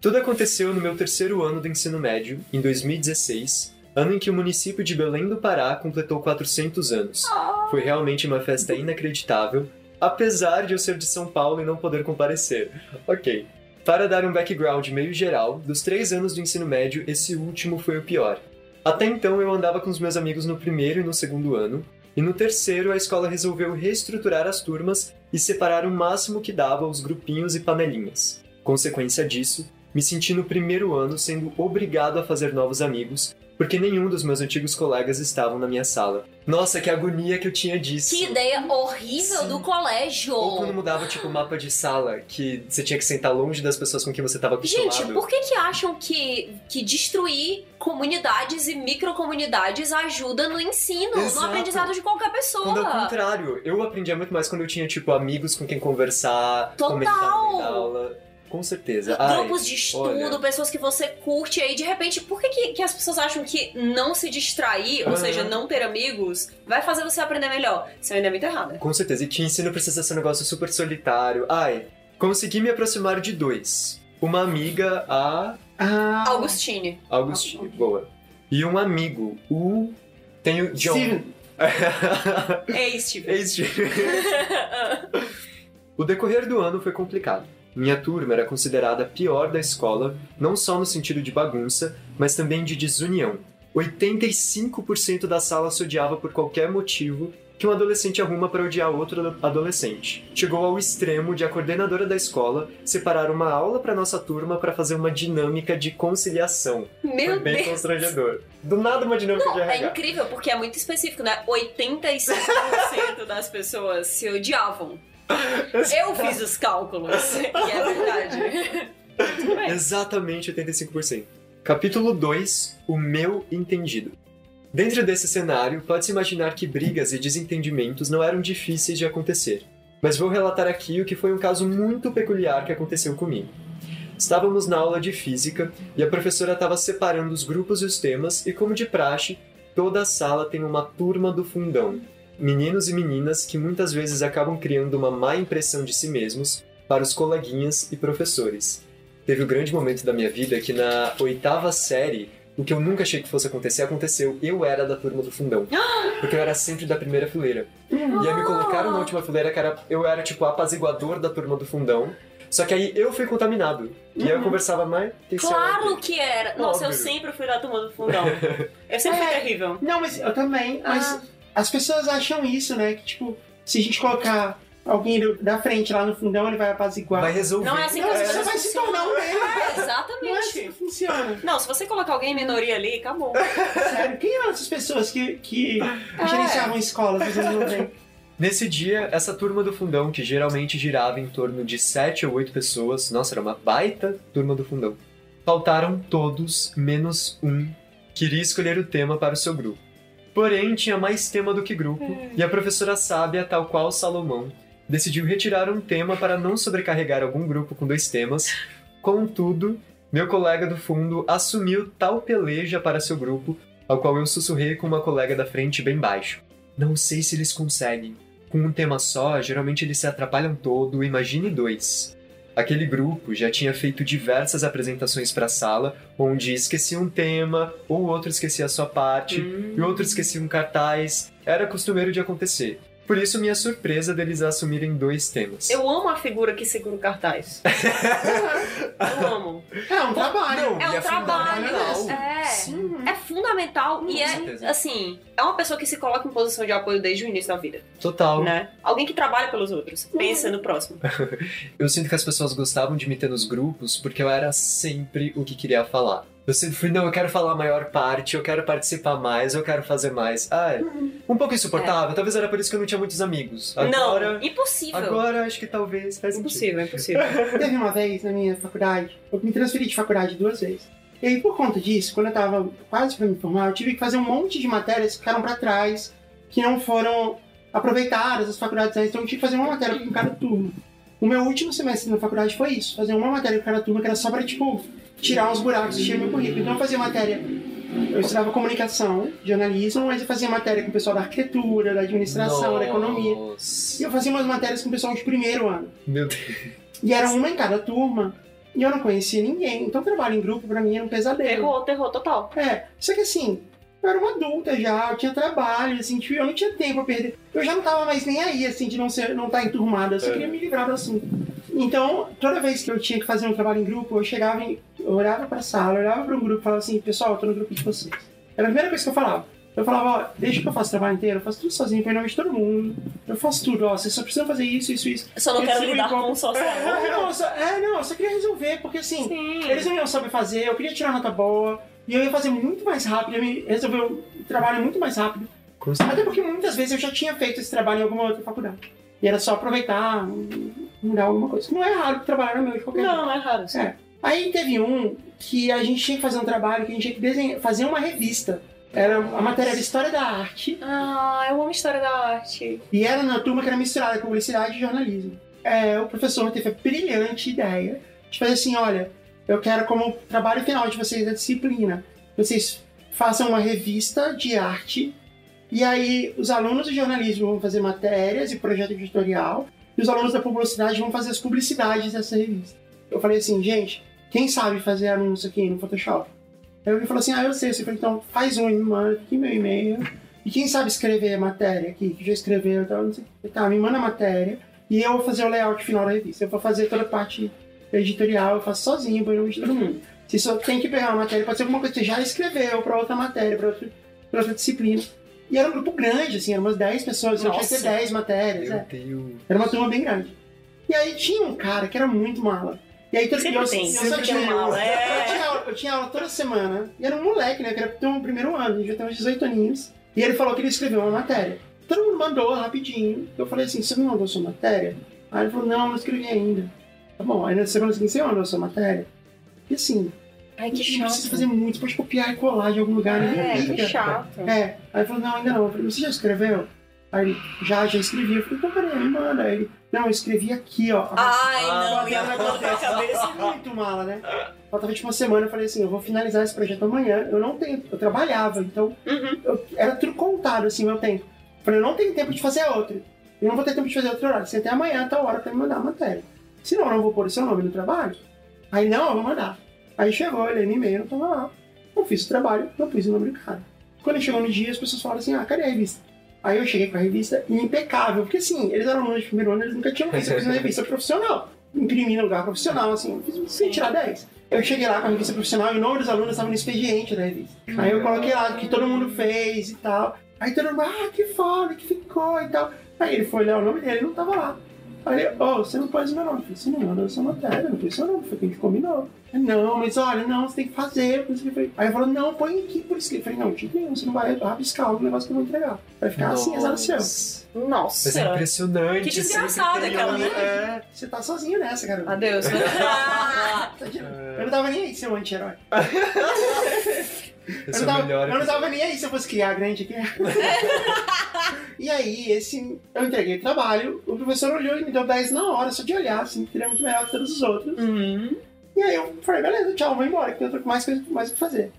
Tudo aconteceu no meu terceiro ano do ensino médio, em 2016, ano em que o município de Belém do Pará completou 400 anos. Foi realmente uma festa inacreditável, apesar de eu ser de São Paulo e não poder comparecer. Ok. Para dar um background meio geral, dos três anos do ensino médio, esse último foi o pior. Até então eu andava com os meus amigos no primeiro e no segundo ano, e no terceiro a escola resolveu reestruturar as turmas e separar o máximo que dava os grupinhos e panelinhas. Consequência disso, me senti no primeiro ano sendo obrigado a fazer novos amigos, porque nenhum dos meus antigos colegas estavam na minha sala. Nossa, que agonia que eu tinha disso!
Que ideia horrível
Sim.
do colégio!
Ou quando mudava, tipo, o mapa de sala, que você tinha que sentar longe das pessoas com quem você estava acostumado.
Gente, por que que acham que, que destruir comunidades e microcomunidades ajuda no ensino, no
Exato.
aprendizado de qualquer pessoa?
Quando ao contrário, eu aprendia muito mais quando eu tinha, tipo, amigos com quem conversar,
Total!
comentar no meio da aula. Com certeza. Ai,
Grupos de estudo,
olha.
pessoas que você curte aí, de repente, por que, que, que as pessoas acham que não se distrair, ou
Aham.
seja, não ter amigos, vai fazer você aprender melhor? Isso ainda é muito errado.
Com certeza. E te ensino precisa ser um negócio super solitário. Ai, consegui me aproximar de dois. Uma amiga, a
Ah,
Augustine.
Augustine, boa. E um amigo, o... Tem o John. É
Steven,
Ei, Steve.
Este... O decorrer do ano foi complicado. Minha turma era considerada a pior da escola, não só no sentido de bagunça, mas também de desunião. 85% da sala se odiava por qualquer motivo que um adolescente arruma para odiar outro adolescente. Chegou ao extremo de a coordenadora da escola separar uma aula para nossa turma para fazer uma dinâmica de conciliação.
Meu
foi bem
Deus.
constrangedor. Do nada uma dinâmica de
É
RH.
incrível, porque é muito específico, né? 85% das pessoas se odiavam. Eu fiz os cálculos, e é verdade.
Exatamente 85%. Capítulo 2: O meu entendido. Dentro desse cenário, pode-se imaginar que brigas e desentendimentos não eram difíceis de acontecer. Mas vou relatar aqui o que foi um caso muito peculiar que aconteceu comigo. Estávamos na aula de física e a professora estava separando os grupos e os temas, e como de praxe, toda a sala tem uma turma do fundão. Meninos e meninas que muitas vezes acabam criando uma má impressão de si mesmos para os coleguinhas e professores teve o grande momento da minha vida que na oitava série, o que eu nunca achei que fosse acontecer, aconteceu. Eu era da turma do fundão. Porque eu era sempre da primeira fileira. E aí me colocaram na última fileira, que era, eu era tipo apaziguador da turma do fundão. Só que aí eu fui contaminado. E aí eu conversava mais. tem sei lá o quê.
Hum. Claro que era! Nossa, eu
é Óbvio.
sempre fui da turma do fundão. Eu sempre fui
É.
terrível.
Não, mas eu também. Mas
Ah.
as pessoas acham isso, né? Que, tipo, se a gente colocar alguém do- da frente lá no fundão, ele vai apaziguar.
Vai resolver.
Não é assim que
Não,
as
você
coisas
vai se
então,
funcionam.
tornar
né?
um erro. Não
É,
é assim
Exatamente.
que funciona.
Não, se você colocar alguém em minoria ali, acabou.
Sério, quem eram essas pessoas que, que gerenciavam escolas dos anos 90?
Nesse dia, essa turma do fundão, que geralmente girava em torno de 7 ou 8 pessoas, nossa, era uma baita turma do fundão. Faltaram todos, menos um, que iria escolher o tema para o seu grupo. Porém, tinha mais tema do que grupo, e a professora sábia, tal qual Salomão, decidiu retirar um tema para não sobrecarregar algum grupo com dois temas. Contudo, meu colega do fundo assumiu tal peleja para seu grupo, ao qual eu sussurrei com uma colega da frente bem baixo. Não sei se eles conseguem. Com um tema só, geralmente eles se atrapalham todo, imagine dois. Aquele grupo já tinha feito diversas apresentações para a sala, onde esquecia um tema, ou outro esquecia a sua parte, e outro esquecia um cartaz. Era costumeiro de acontecer. Por isso, minha surpresa deles assumirem dois temas.
Eu amo a figura que segura o cartaz. Eu amo.
É um trabalho.
Não,
É um
e a fundada
trabalho.
legal.
É.
Sim.
É fundamental e
Com
é,
certeza.
assim, é uma pessoa que se coloca em posição de apoio desde o início da vida,
Total.
né? Alguém que trabalha pelos outros, pensa no próximo.
Eu sinto que as pessoas gostavam de me ter nos grupos porque eu era sempre o que queria falar. Eu sempre fui, não, eu quero falar a maior parte, eu quero participar mais, eu quero fazer mais. Ah, é. um pouco insuportável. Talvez era por isso que eu não tinha muitos amigos. Agora,
Não, impossível.
agora é acho que talvez faz
Impossível,
sentido.
impossível.
Teve uma vez na minha faculdade, eu me transferi de faculdade duas vezes. E aí, por conta disso, quando eu tava quase pra me formar, eu tive que fazer um monte de matérias que ficaram pra trás, que não foram aproveitadas, as faculdades antes, então eu tive que fazer uma matéria com cada turma. O meu último semestre na faculdade foi isso, fazer uma matéria com cada turma que era só pra, tipo, tirar uns buracos e tirar meu currículo. Então eu fazia matéria, eu estudava comunicação, jornalismo, mas eu fazia matéria com o pessoal da arquitetura, da administração, da economia. E
Nossa.
eu fazia umas matérias com o pessoal de primeiro ano.
Meu Deus.
E era uma em cada turma. E eu não conhecia ninguém. Então trabalho em grupo pra mim era um pesadelo.
Terror, terror total.
É. Só que assim, eu era uma adulta já, eu tinha trabalho, assim, tipo, eu não tinha tempo a perder. Eu já não tava mais nem aí, assim, de não ser, não estar enturmada. Eu só
É.
queria me livrar do assunto. Então, toda vez que eu tinha que fazer um trabalho em grupo, eu chegava em. Eu olhava pra sala, eu olhava pra um grupo e falava assim, pessoal, eu tô no grupo de vocês. Era a primeira coisa que eu falava. Eu falava, ó, deixa que eu faço o trabalho inteiro, eu faço tudo sozinho, foi nome de todo mundo. Eu faço tudo, ó, vocês só precisam fazer isso, isso, isso.
Eu só não
Eu
quero
sigo
lidar
igual-
com o social.
É, não, eu só, é, não, eu só queria resolver, porque assim, eles
Sim.
não iam saber fazer, eu queria tirar nota boa, e eu ia fazer muito mais rápido, eu ia resolver o trabalho muito mais rápido.
Com certeza.
Até porque muitas vezes eu já tinha feito esse trabalho em alguma outra faculdade. E era só aproveitar, mudar alguma coisa. Não é raro que trabalhar no meu de qualquer jeito.
Não, não é raro.
É. Aí teve um que a gente tinha que fazer um trabalho, que a gente tinha que desenhar, fazer uma revista. Era a matéria de História da Arte,
Ah, eu amo história da arte.
e era na turma que era misturada publicidade e jornalismo. É, o professor teve a brilhante ideia de fazer assim: olha, eu quero como trabalho final de vocês da disciplina, vocês façam uma revista de arte, e aí os alunos do jornalismo vão fazer matérias e projeto editorial, e os alunos da publicidade vão fazer as publicidades dessa revista. Eu falei assim, gente, quem sabe fazer anúncio aqui no Photoshop? Aí alguém falou assim, ah, eu sei. Eu falei, então faz um e me manda aqui meu e-mail. E quem sabe escrever a matéria aqui, que já escreveu e tal, não sei. o quê. Tá, me manda a matéria e eu vou fazer o layout final da revista. Eu vou fazer toda a parte editorial, eu faço sozinho, põe no de todo mundo. Você só tem que pegar uma matéria, pode ser alguma coisa que você já escreveu pra outra matéria, pra outra, pra outra disciplina. E era um grupo grande, assim, eram umas 10 pessoas, então tinha que ter
Nossa.
10 matérias.
Meu
é.
Deus.
Era uma turma bem grande. E aí tinha um cara que era muito mala. E aí todo
Sempre
eu, eu
tem,
só
sempre
tinha-
tem um mala, é.
Eu tinha, aula, eu tinha aula toda semana. E era um moleque, né? Que era do primeiro ano, ele já tem uns 18 aninhos. E ele falou que ele escreveu uma matéria. Todo mundo mandou rapidinho. Eu falei assim: você me mandou sua matéria? Aí ele falou: não, não escrevi ainda. Tá bom. Aí na semana seguinte, você mandou sua matéria? E assim,
Ai,
a
que
gente não precisa
chato.
fazer muito, pode copiar e colar de algum lugar, né?
É, que
Fica.
chato.
É. Aí ele falou, não, ainda não. Eu falei, você já escreveu? Aí ele, já, já escrevi. Eu falei, então peraí, me manda. Aí ele, não, eu escrevi aqui, ó.
Ai, não,
Ah,
ia
não,
cortar a cabeça.
Muito mala, né? Faltava tipo uma semana, eu falei assim, eu vou finalizar esse projeto amanhã. Eu não tenho, eu trabalhava, então
Uhum.
eu- era tudo contado, assim, meu tempo. Eu falei, eu não tenho tempo de fazer outro. Eu não vou ter tempo de fazer outro horário. Você tem amanhã, tal hora, pra me mandar a matéria. Senão eu não vou pôr o seu nome no trabalho. Aí, não, eu vou mandar. Aí chegou, ele no e-mail, não tava lá. Eu fiz o trabalho, não pus o nome do cara. Quando chegou no dia, as pessoas falaram assim, ah, cadê a revista? Aí eu cheguei com a revista e impecável, porque assim, eles eram alunos de primeiro ano, eles nunca tinham visto a revista profissional. imprimi no lugar profissional, assim, fiz- sem tirar 10. Eu cheguei lá com a revista profissional e o nome dos alunos estava no expediente da revista. Aí eu coloquei lá o que todo mundo fez e tal. Aí todo mundo, ah, que foda, que ficou e tal. Aí ele foi olhar o nome dele, não tava lá. Aí ele, ô, você não pôs o meu nome. Eu falei, você não mandou essa matéria, não pôs seu nome, foi o que a gente combinou. Ele, não, mas olha, não, você tem que fazer. por isso que eu falei. Aí ele falou, não, põe aqui por escrito. Eu falei, não, tipo nenhum, você não vai rabiscar o negócio que eu vou entregar. Vai ficar assim, exato seu.
Nossa.
Nossa.
Mas é impressionante.
Que desgraçada
sempre tem
aquela, né?
alguém- É.
Você tá sozinho nessa, cara.
Adeus. Ah.
Tá de-
É,
Eu não tava nem aí se eu anti-herói.
Eu
Eu,
sou
não tava-
é melhor.
eu não tava nem aí se eu fosse criar a grande aqui. e aí, esse. Eu entreguei o trabalho, o professor olhou e me deu 10 na hora, só de olhar, assim, queria muito melhor que todos os outros.
Uhum.
E aí eu falei, beleza, tchau, vou embora, que eu tô com mais coisa mais o que fazer.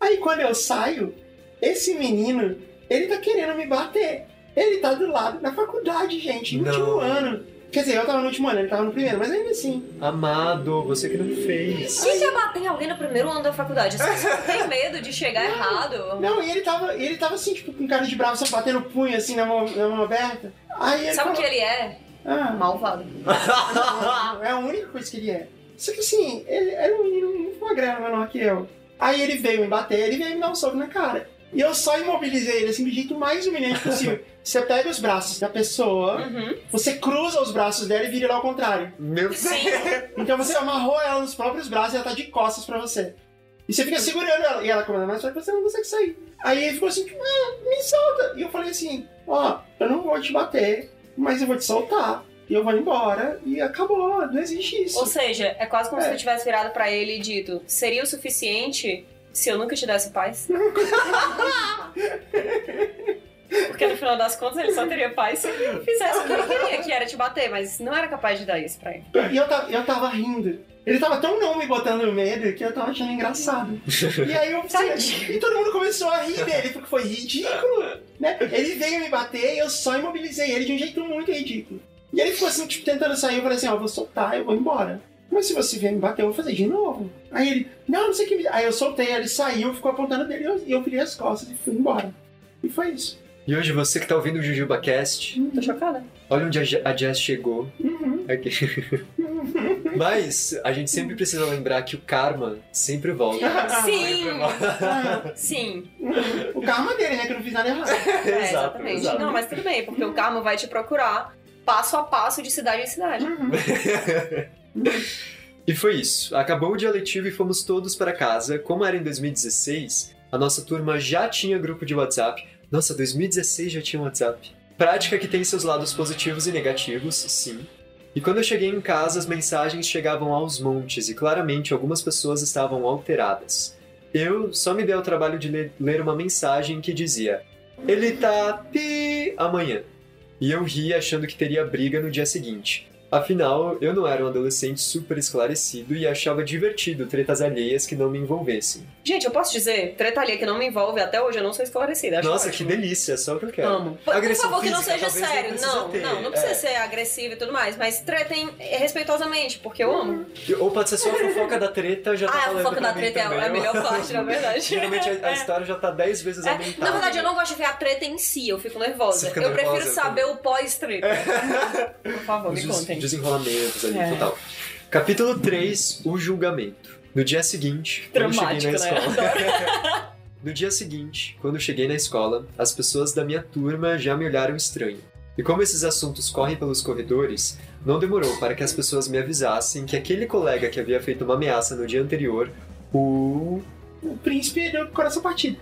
Aí quando eu saio, esse menino, ele tá querendo me bater. Ele tá do lado da faculdade, gente, no
Não.
último ano. Quer dizer, eu tava no último ano, ele tava no primeiro, mas ainda assim.
Amado, você que não fez.
Quem quer bater em alguém no primeiro ano da faculdade? As pessoas têm medo de chegar errado.
Não, e ele tava, ele tava assim, tipo, com cara de bravo, só batendo o punho assim na mão, na mão aberta. Aí ele
Sabe o
falou,
que ele é?
Ah,
Malvado.
não, é a única coisa que ele é. Só que assim, ele era um menino muito magrelo menor que eu. Aí ele veio me bater, ele veio me dar um soco na cara. E eu só imobilizei ele assim do jeito mais humilhante possível. Você pega os braços da pessoa,
Uhum.
você cruza os braços dela e vira ela ao contrário.
Meu Deus.
Sim.
Então você amarrou ela nos próprios braços e ela tá de costas pra você. E você fica segurando ela. E ela comanda mais forte, você não consegue sair. Aí ele ficou assim, tipo, ah, me solta. E eu falei assim, ó, eu não vou te bater, mas eu vou te soltar. E eu vou embora. E acabou, não existe isso.
Ou seja, é quase como se
É.
eu tivesse virado pra ele e dito: seria o suficiente se eu nunca te desse paz? Porque no final das contas ele só teria paz se ele fizesse o que ele queria, que era te bater, mas não era capaz de dar isso pra ele.
E eu tava, eu tava rindo. Ele tava tão não me botando medo que eu tava achando engraçado. E aí eu
Tadinho.
E todo mundo começou a rir dele, porque foi ridículo. Né? Ele veio me bater e eu só imobilizei ele de um jeito muito ridículo. E ele ficou assim, tipo, tentando sair, eu falei assim, ó, eu vou soltar, eu vou embora. Mas se você vier me bater, eu vou fazer de novo. Aí ele, não, não sei o que. me- Aí eu soltei, ele saiu, ficou apontando dele e eu, e eu virei as costas e fui embora. E foi isso.
E hoje você que tá ouvindo o JujubaCast,
Tô chocada.
olha onde a Je- a Jess chegou.
Uhum.
Aqui. Mas a gente sempre precisa lembrar que o karma sempre volta.
Sim!
Ah,
Sim.
o karma dele, né? Que eu não fiz nada errado.
É, exatamente. Não, mas tudo bem, porque o karma vai te procurar passo a passo de cidade em cidade.
Uhum.
E foi isso. Acabou o dia letivo e fomos todos para casa. Como era em 2016, a nossa turma já tinha grupo de WhatsApp. Nossa, 2016 já tinha WhatsApp. Prática que tem seus lados positivos e negativos, sim. E quando eu cheguei em casa, as mensagens chegavam aos montes e claramente algumas pessoas estavam alteradas. Eu só me dei ao trabalho de ler, ler uma mensagem que dizia: Ele tá pi amanhã. E eu ri achando que teria briga no dia seguinte. Afinal, eu não era um adolescente super esclarecido e achava divertido tretas alheias que não me envolvessem.
Gente, eu posso dizer, treta ali que não me envolve até hoje, eu não sou esclarecida. acho
Nossa, que
ótimo.
delícia, só o que eu quero.
Amo. Por
Agressão
favor, que não
física,
seja
talvez não
sério.
precisa
Não,
ter,
não, não precisa
é.
ser agressivo e tudo mais, mas tretem eh, respeitosamente, porque eu amo.
Ou pode ser só a fofoca da treta, Uhum. já tá
ah, a
falando
fofoca
pra
da
mim
treta é a-
também.
é a melhor parte, na verdade.
Geralmente a, a
É.
história já tá 10 vezes
É,
aumentada.
na verdade, eu não gosto de ver a treta em si, eu fico nervosa.
Você fica
eu prefiro
nervosa,
saber o pós-treta. Por favor, me
Os des-
contem.
desenrolamentos ali,
É.
total. Capítulo 3, o julgamento. No dia seguinte, quando eu cheguei na
Dramático, né?
escola... No dia seguinte, quando eu cheguei na escola, as pessoas da minha turma já me olharam estranho. E como esses assuntos correm pelos corredores, não demorou para que as pessoas me avisassem que aquele colega que havia feito uma ameaça no dia anterior, o
O príncipe deu com o coração partido.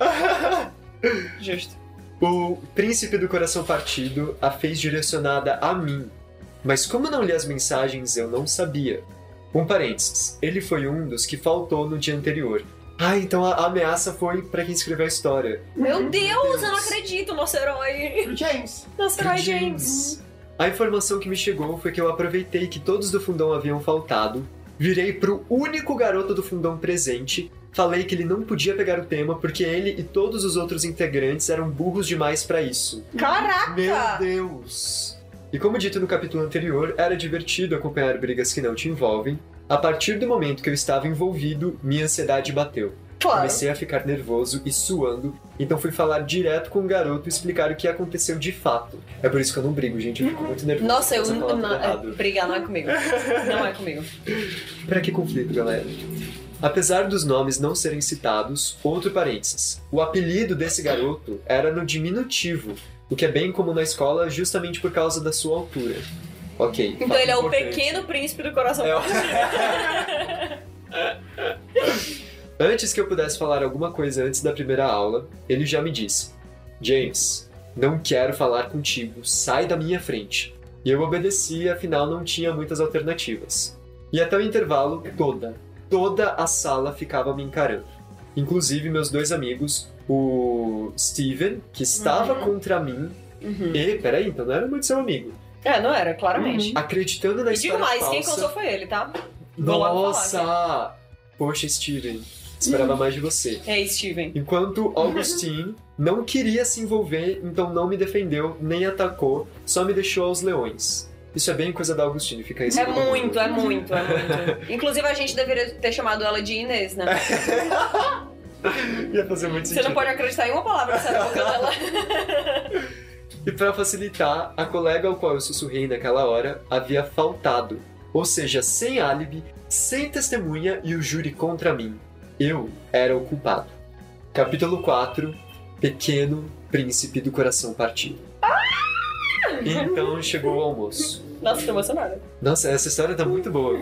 Justo.
O príncipe do coração partido a fez direcionada a mim. Mas como não li as mensagens, eu não sabia. Um parênteses, ele foi um dos que faltou no dia anterior. Ah, então a a ameaça foi pra quem escreveu a história.
Meu Deus, eu não
Deus.
acredito, nosso herói.
O James.
Nosso herói James.
A informação que me chegou foi que eu aproveitei que todos do fundão haviam faltado, virei pro único garoto do fundão presente, falei que ele não podia pegar o tema porque ele e todos os outros integrantes eram burros demais pra isso.
Caraca!
Meu Deus! E como dito no capítulo anterior, era divertido acompanhar brigas que não te envolvem. A partir do momento que eu estava envolvido, minha ansiedade bateu.
Claro.
Comecei a ficar nervoso e suando, então fui falar direto com o garoto e explicar o que aconteceu de fato. É por isso que eu não brigo, gente. Eu fico muito nervoso.
Uhum. Nossa, eu
se falar
não,
tudo errado.
não, brigar não é comigo. Não é comigo.
Pra que conflito, galera? Apesar dos nomes não serem citados, outro parênteses. O apelido desse garoto era no diminutivo, o que é bem comum na escola justamente por causa da sua altura. Ok.
Então
fato
ele é o
importante.
pequeno príncipe do coração.
É o- Antes que eu pudesse falar alguma coisa antes da primeira aula, ele já me disse: James, não quero falar contigo, sai da minha frente. E eu obedeci, afinal não tinha muitas alternativas. E até o intervalo, toda, toda a sala ficava me encarando. Inclusive meus dois amigos, o Steven, que estava contra mim,
Uhum.
e, peraí, então não era muito seu amigo,
É, não era,
Uhum.
claramente.
acreditando na
E
história
digo mais, quem
falsa-
contou foi ele, tá? Vou lá falar,
nossa! Poxa, Steven, esperava mais de você.
É Steven.
Enquanto Augustine não queria se envolver, então não me defendeu, nem atacou, só me deixou aos leões. Isso é bem coisa da Augustine, fica isso.
É muito, é muito, é muito. Inclusive, a gente deveria ter chamado ela de Inês, né?
É, Ia fazer muito
Você
sentido.
não pode acreditar em uma palavra que tá sai da boca dela.
E pra facilitar, a colega ao qual eu sussurrei naquela hora havia faltado. Ou seja, sem álibi, sem testemunha e o júri contra mim. Eu era o culpado. Capítulo 4 Pequeno Príncipe do Coração Partido. Então chegou o almoço.
Nossa, tô emocionada.
Nossa, essa história tá muito boa.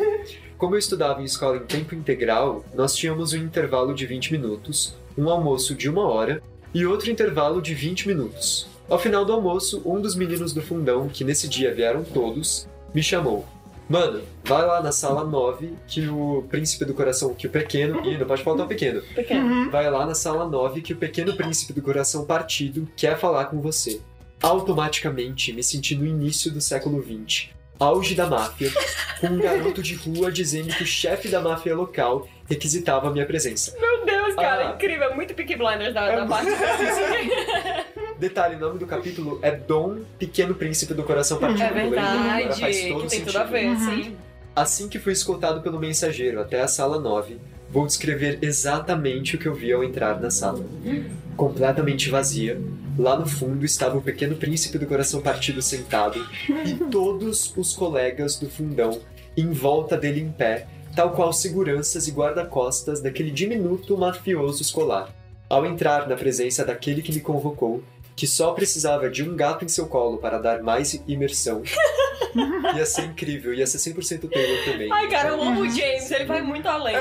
Como eu estudava em escola em tempo integral, nós tínhamos um intervalo de 20 minutos, um almoço de uma hora e outro intervalo de 20 minutos. Ao final do almoço, um dos meninos do fundão, que nesse dia vieram todos, me chamou. Mano, vai lá na sala 9 que o príncipe do coração, que o pequeno, e não pode faltar o pequeno.
Pequeno.
Vai lá na sala 9 que o pequeno príncipe do coração partido quer falar com você. Automaticamente me senti no início do século 20, auge da máfia, com um garoto de rua dizendo que o chefe da máfia local requisitava minha presença.
Meu Deus, cara,
Ah.
incrível. É muito Peaky Blinders da,
É
da parte.
Detalhe, o nome do capítulo é Dom, Pequeno Príncipe do Coração Partido.
É
Eu lembro agora,
verdade,
faz todo
que tem
sentido.
tudo a ver, sim.
Assim que fui escoltado pelo mensageiro até a sala 9, vou descrever exatamente o que eu vi ao entrar na sala. Completamente vazia, lá no fundo estava o pequeno príncipe do coração partido sentado e todos os colegas do fundão em volta dele em pé, tal qual seguranças e guarda-costas daquele diminuto mafioso escolar. Ao entrar na presença daquele que me convocou, que só precisava de um gato em seu colo para dar mais imersão, Ia ser incrível, ia ser 100% Taylor também.
Ai, cara, eu amo o James, ele vai muito além.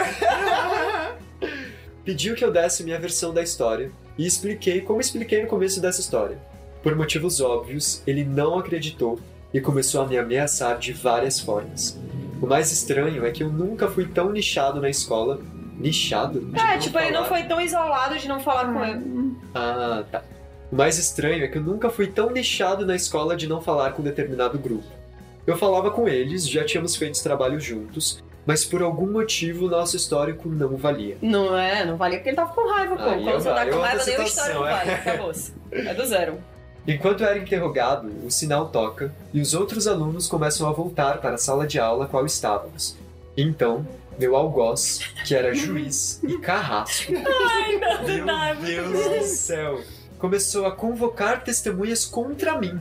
Pediu que eu desse minha versão da história e expliquei como expliquei no começo dessa história. Por motivos óbvios, ele não acreditou e começou a me ameaçar de várias formas. O mais estranho é que eu nunca fui tão nichado na escola. Nichado? De
É, tipo, ele não
falar.
foi tão isolado de não falar com ele.
Ah, tá. O mais estranho é que eu nunca fui tão deixado na escola de não falar com determinado grupo. Eu falava com eles, já tínhamos feito trabalhos juntos, mas por algum motivo o nosso histórico não valia.
Não é, não valia porque ele tava com raiva, pô.
Aí é
Quando você
vai,
tá com
outra
raiva, nem o
situação,
histórico
é.
vale. Acabou-se. É do zero.
Enquanto eu era interrogado, o sinal toca e os outros alunos começam a voltar para a sala de aula a qual estávamos. Então, meu algoz, que era juiz e carrasco,
Ai, não,
Meu Deus do céu! Começou a convocar testemunhas contra mim,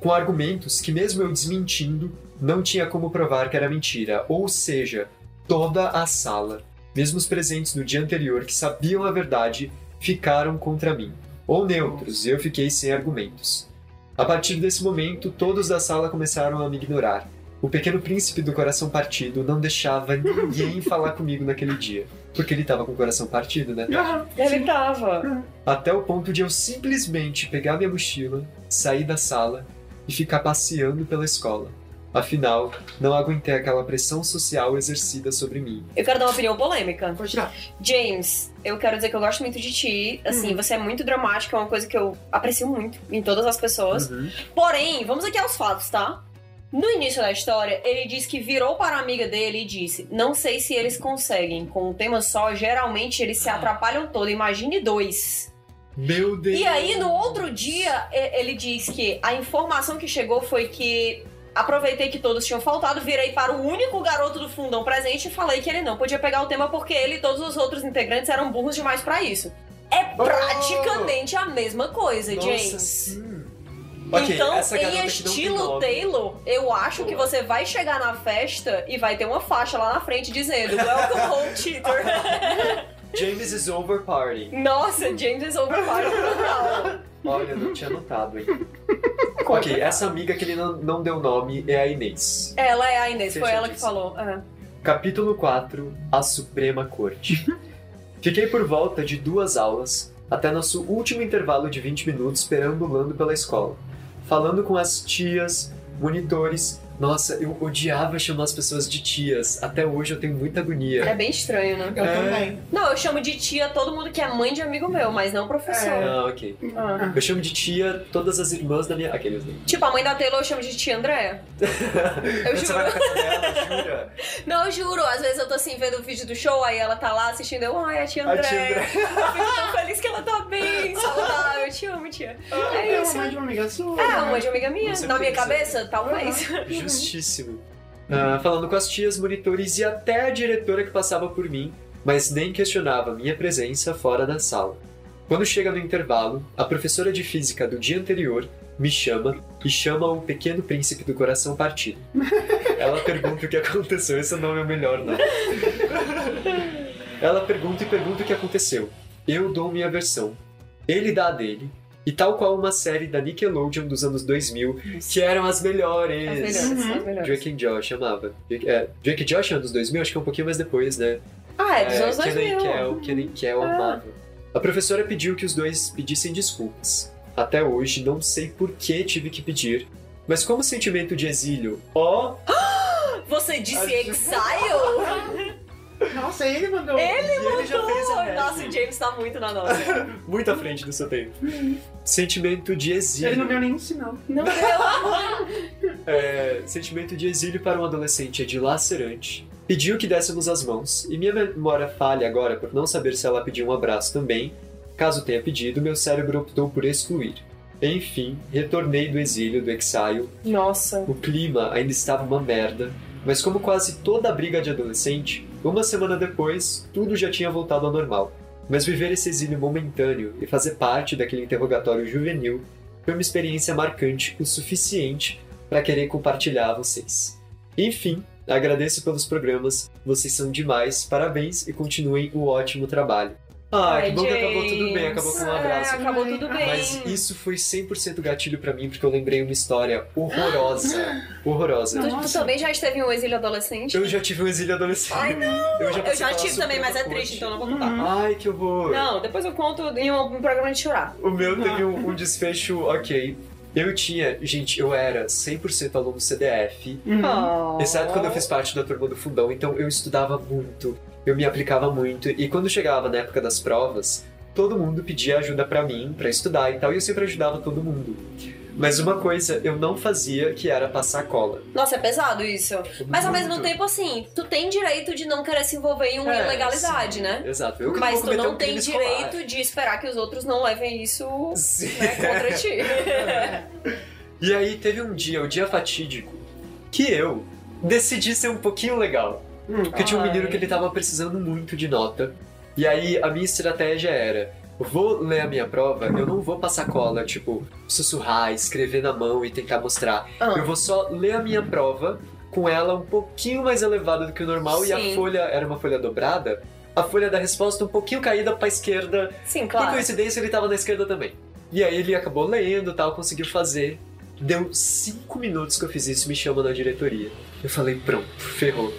com argumentos que, mesmo eu desmentindo, não tinha como provar que era mentira. Ou seja, toda a sala, mesmo os presentes no dia anterior que sabiam a verdade, ficaram contra mim. Ou neutros, e eu fiquei sem argumentos. A partir desse momento, todos da sala começaram a me ignorar. O pequeno príncipe do coração partido não deixava ninguém falar comigo naquele dia. Porque ele tava com o coração partido, né?
Ele tava.
Até o ponto de eu simplesmente pegar minha mochila, sair da sala e ficar passeando pela escola. Afinal, não aguentei aquela pressão social exercida sobre mim.
Eu quero dar uma opinião polêmica.
Pode tirar.
James, eu quero dizer que eu gosto muito de ti. Assim, você é muito dramático, é uma coisa que eu aprecio muito em todas as pessoas.
Uhum.
Porém, vamos aqui aos fatos, tá? No início da história, ele disse que virou para a amiga dele e disse: Não sei se eles conseguem. Com um tema só, geralmente eles
Ah.
se atrapalham todo. Imagine dois.
Meu Deus!
E aí, no outro dia, e- ele diz que a informação que chegou foi que Aproveitei que todos tinham faltado, virei para o único garoto do fundão presente e falei que ele não podia pegar o tema porque ele e todos os outros integrantes eram burros demais pra isso. É praticamente a mesma coisa,
Nossa,
James.
sim. Ok,
então,
essa garota
em
aqui um não tem
estilo
nome.
Taylor, eu acho que você vai chegar na festa e vai ter uma faixa lá na frente dizendo Welcome home, cheater.
James is over party.
Nossa, James is overpowered total.
Olha, eu não tinha notado, hein? ok, essa amiga que ele não, não deu nome é a Inês.
Ela é a Inês,
Você
foi
já
ela que
disse.
falou. É.
Capítulo 4 A Suprema Corte.
Uhum.
Fiquei por volta de duas aulas, até nosso último intervalo de 20 minutos perambulando pela escola, falando com as tias, monitores. Nossa, eu odiava chamar as pessoas de tias. Até hoje eu tenho muita agonia.
É bem estranho, né?
Eu
É.
também.
Não, eu chamo de tia todo mundo que é mãe de amigo meu, mas não professor.
Ah, ok.
Ah.
Eu chamo de tia todas as irmãs da minha. Aqueles né? nem.
Tipo, a mãe da Taylor eu chamo de tia Andréa. Eu
Quando Você vai
juro.
na casa dela, jura?
Não, eu juro. Às vezes eu tô assim vendo o vídeo do show, aí ela tá lá assistindo, eu, ai, a tia
A tia
Andréa. Eu fico tão feliz que ela tá bem, saudável. Eu te amo, tia.
É,
É
uma
isso.
mãe de uma amiga sua.
É, uma de amiga minha.
Com
Na minha
certeza.
cabeça, talvez.
Uhum. Justíssimo. Ah, falando com as tias, monitores e até a diretora que passava por mim, mas nem questionava minha presença fora da sala. Quando chega no intervalo, a professora de física do dia anterior me chama e chama o pequeno príncipe do coração partido. Ela pergunta o que aconteceu, esse não é o melhor não. Ela pergunta e pergunta o que aconteceu. Eu dou minha versão. Ele dá a dele, e tal qual uma série da Nickelodeon dos anos 2000, que eram as melhores.
As melhores,
Uhum.
as
É.
melhores.
Drake and Josh, amava. Drake, é, Drake and Josh é anos 2000, acho que é um pouquinho mais depois, né?
Ah, é dos anos
Kenan
2000.
Kel, Kenan Kel
É.
amava. A professora pediu que os dois pedissem desculpas. Até hoje, não sei por que tive que pedir. Mas como sentimento de exílio, ó,
Você disse
Acho-
exile?
Nossa, ele mandou. Ele?
e ele já fez a rap.
Nossa, o James tá muito na nossa.
Muito à frente do seu tempo. Sentimento de exílio.
Hum. Ele não deu nenhum sinal.
Não deu.
É, sentimento de exílio para um adolescente é dilacerante. Pediu que dessemos as mãos, e minha memória falha agora por não saber se ela pediu um abraço também. Caso tenha pedido, meu cérebro optou por excluir. Enfim, retornei do exílio, do exile.
Nossa.
O clima ainda estava uma merda, mas como quase toda briga de adolescente, uma semana depois, tudo já tinha voltado ao normal. Mas viver esse exílio momentâneo e fazer parte daquele interrogatório juvenil foi uma experiência marcante o suficiente para querer compartilhar a vocês. Enfim, agradeço pelos programas, vocês são demais, parabéns e continuem o ótimo trabalho. Ah, que bom que acabou tudo bem, acabou com um abraço.
É, acabou tudo bem.
Mas isso foi 100% gatilho pra mim, porque eu lembrei uma história horrorosa. horrorosa.
Tu, tu
Nossa.
também já esteve em um exílio adolescente?
é Eu já tive um exílio adolescente.
Ai,
não! Eu já,
Eu
passei
já
pela
tive também, mas é
Suprema
triste, então
Corte.
não
Hum.
vou contar.
Ai, que horror.
Não, depois eu conto em um um programa de chorar.
O meu teve um, um desfecho ok. Eu tinha, gente, eu era 100% aluno CDF,
Uhum.
Oh.
exceto Hum. quando eu fiz parte da turma do fundão, então eu estudava muito, eu me aplicava muito, e quando chegava na época das provas, todo mundo pedia ajuda pra mim, pra estudar e tal, e eu sempre ajudava todo mundo. Mas uma coisa eu não fazia, que era passar cola.
Nossa, é pesado isso. Mas ao mesmo
Muito.
tempo, assim, tu tem direito de não querer se envolver em uma
É,
ilegalidade,
sim.
né?
Exato. Eu que
Mas
vou
tu
cometer
não
um
tem
crime escolar.
direito de esperar que os outros não levem isso
Sim.
né, contra ti.
E aí teve um dia, o dia fatídico, que eu decidi ser um pouquinho legal. Porque tinha um
Hum, Ai.
menino que ele tava precisando muito de nota. E aí a minha estratégia era: vou ler a minha prova, eu não vou passar cola, tipo, sussurrar, escrever na mão e tentar mostrar.
Ah.
Eu vou só ler a minha prova com ela um pouquinho mais elevada do que o normal e
Sim.
a folha era uma folha dobrada. A folha da resposta um pouquinho caída pra esquerda
Sim,
por
claro.
coincidência, ele tava na esquerda também. E aí ele acabou lendo e tal, conseguiu fazer. Deu cinco minutos que eu fiz isso, me chama na diretoria. Eu falei, pronto, ferrou.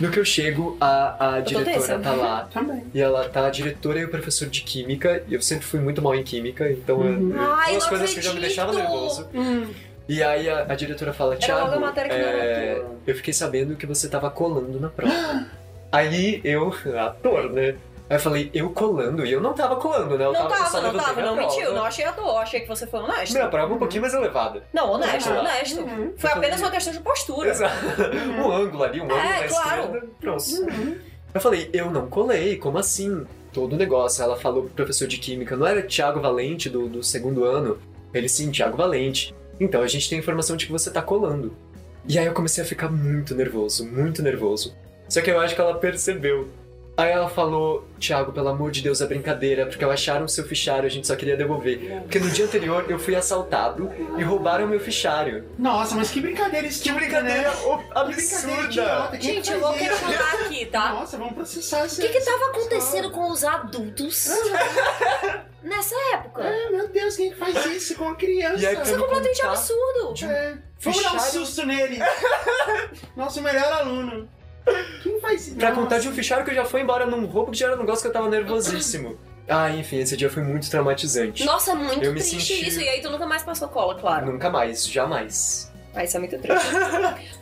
No que eu chego, a, a diretora
tensa.
tá lá.
Também.
E ela tá a diretora e o professor de química. E eu sempre fui muito mal em química, então é
Uhum.
Ai,
duas
não
coisas que já me deixavam
acredito.
nervoso.
Hum.
E aí a, a diretora fala,
Era logo a
Thiago,
matéria que não
é,
era
eu fiquei sabendo que você tava colando na prova. aí eu, ator, né? Aí eu falei, eu colando? E eu não tava colando, né? Eu
Não
eu
tava,
só
não
levantei
tava,
a
não
prova.
mentiu, não achei a dor, achei que você foi honesto.
Minha prova é um pouquinho mais elevada.
Não, honesto,
Uhum.
honesto.
Uhum.
Foi apenas uma questão de postura.
Exato. Um ângulo ali, um ângulo na
Uhum. É, claro.
esquerda. Pronto.
Uhum.
Eu falei, eu não colei, como assim? Todo o negócio. Ela falou pro professor de química, não era Thiago Valente do, do segundo ano? Ele sim, Thiago Valente. Então a gente tem informação de que você tá colando. E aí eu comecei a ficar muito nervoso, muito nervoso. Só que eu acho que ela percebeu. Aí ela falou, Thiago, pelo amor de Deus, é brincadeira, porque eu acharam seu fichário, a gente só queria devolver. Porque no dia anterior eu fui assaltado e roubaram meu fichário.
Nossa, mas que brincadeira
Que
estúpida,
brincadeira
né? Brincadeira
absurda!
idiota, quem
Gente,
faz
eu vou
isso?
questionar aqui, tá?
Nossa, vamos processar
O que que tava acontecendo com os adultos
Uhum.
nessa
É.
época?
Ah, meu Deus, quem que faz isso com a criança?
E aí,
Isso é
Vamos
completamente
contar.
absurdo.
É, Vamos dar um
Fichário.
susto nele. Nosso melhor aluno. Quem faz isso?
Pra contar de um fichário que eu já fui embora num roubo que já era um negócio que eu tava nervosíssimo. Ah, enfim, esse dia foi muito traumatizante.
Nossa, é muito
Eu me
triste
senti-
isso. E aí tu nunca mais passou cola, claro.
Nunca mais, jamais.
Ah, isso é muito triste.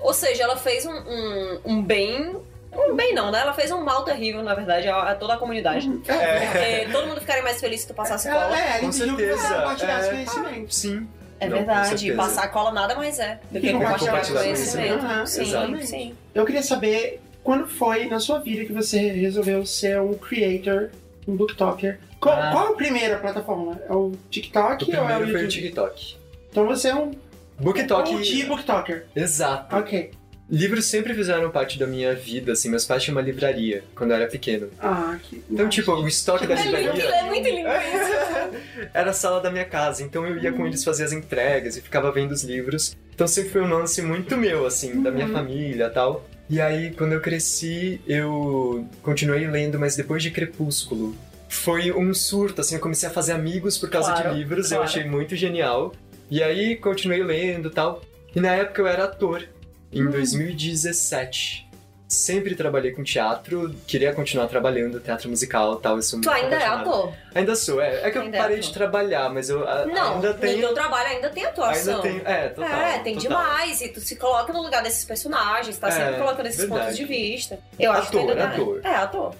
Ou seja, ela fez um, um, um bem. Um bem não, né? Ela fez um mal terrível, na verdade, a, a toda a comunidade.
É,
Porque todo mundo ficaria mais feliz se tu passasse
ela
cola.
é,
Com
ele pediu que
certeza,
você compartilhasse
é.
conhecimento.
Sim.
É
Não, com
verdade.
certeza.
Passar cola nada mais é do que
E
compartilhar
compartilhar né? Uhum.
conhecimento.
conhecimento. Aham,
sim,
exatamente.
sim.
Eu queria saber quando foi na sua vida que você resolveu ser um creator, um booktoker. Qual,
Ah.
qual a primeira plataforma? É o
O
TikTok ou é o
primeiro foi o
YouTube?
TikTok.
Então você é um
BookTok.
multi booktoker.
Exato.
Ok.
Livros sempre fizeram parte da minha vida, assim. Meus pais tinham uma livraria quando eu era pequeno.
Ah, que.
Então, tipo, o estoque da
É lindo,
livraria
é muito lindo isso.
era a sala da minha casa. Então eu ia
Hum.
com eles fazer as entregas e ficava vendo os livros. Então sempre foi um lance muito meu, assim, da
Uhum.
minha família e tal. E aí, quando eu cresci, eu continuei lendo, mas depois de Crepúsculo. Foi um surto, assim, eu comecei a fazer amigos por causa
Claro,
de livros, eu
claro.
achei muito genial. E aí, continuei lendo e tal. E na época eu era ator, em
Hum.
2017. Sempre trabalhei com teatro, queria continuar trabalhando, teatro musical e tal. Eu sou
Tu
muito
ainda é
apaixonado.
ator.
Ainda sou, é. É que eu
Ainda é
parei
ator.
de trabalhar, mas eu a-
Não,
ainda
no
tenho.
teu trabalho ainda tem
Ainda
atuação.
tenho. É, total.
é, tem
total.
demais. E tu se coloca no lugar desses personagens, tá
É,
sempre colocando esses
verdade.
pontos de vista. Eu acho que tu
Ator,
ainda dá.
ator. É.
É, ator.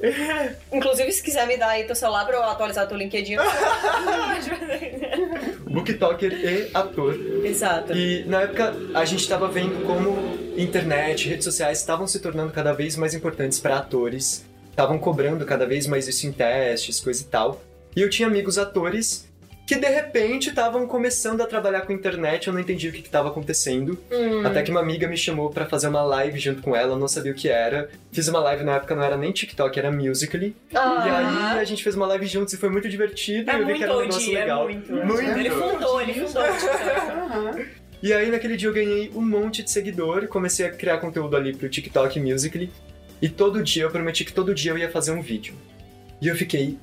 Inclusive, se quiser me dar aí teu celular pra eu atualizar teu LinkedIn. eu-
Booktoker e ator.
Exato.
E na época a gente tava vendo como internet, redes sociais estavam se tornando cada vez mais importantes pra atores. Estavam cobrando cada vez mais isso em testes, coisa e tal. E eu tinha amigos atores que de repente estavam começando a trabalhar com internet, eu não entendia o que estava acontecendo.
Hum,
Até que uma amiga me chamou pra fazer uma live junto com ela, eu não sabia o que era. Fiz uma live na época, não era nem TikTok, era Musical.ly. E
ah,
aí a gente fez uma live juntos e foi muito divertido. e
é
eu vi que
muito
era um negócio
OG, é
legal.
muito.
Muito.
Ele fundou, ele fundou. tipo,
Aham.
E aí naquele dia eu ganhei um monte de seguidor, comecei a criar conteúdo ali pro TikTok Musical.ly. E todo dia, eu prometi que todo dia eu ia fazer um vídeo. E eu fiquei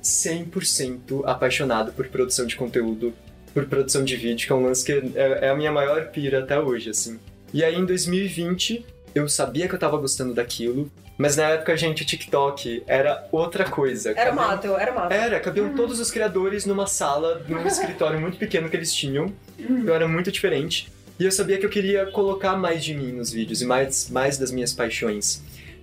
100% apaixonado por produção de conteúdo, por produção de vídeo, que é um lance que é, é a minha maior pira até hoje, assim. E aí em 2020, eu sabia que eu tava gostando daquilo, mas na época, gente, o TikTok era outra coisa.
Era
Cada um
mato, era mato.
era, cabiam todos os criadores numa sala, num escritório muito pequeno que eles tinham. Então era muito diferente. E eu sabia que eu queria colocar mais de mim nos vídeos e mais, mais das minhas paixões.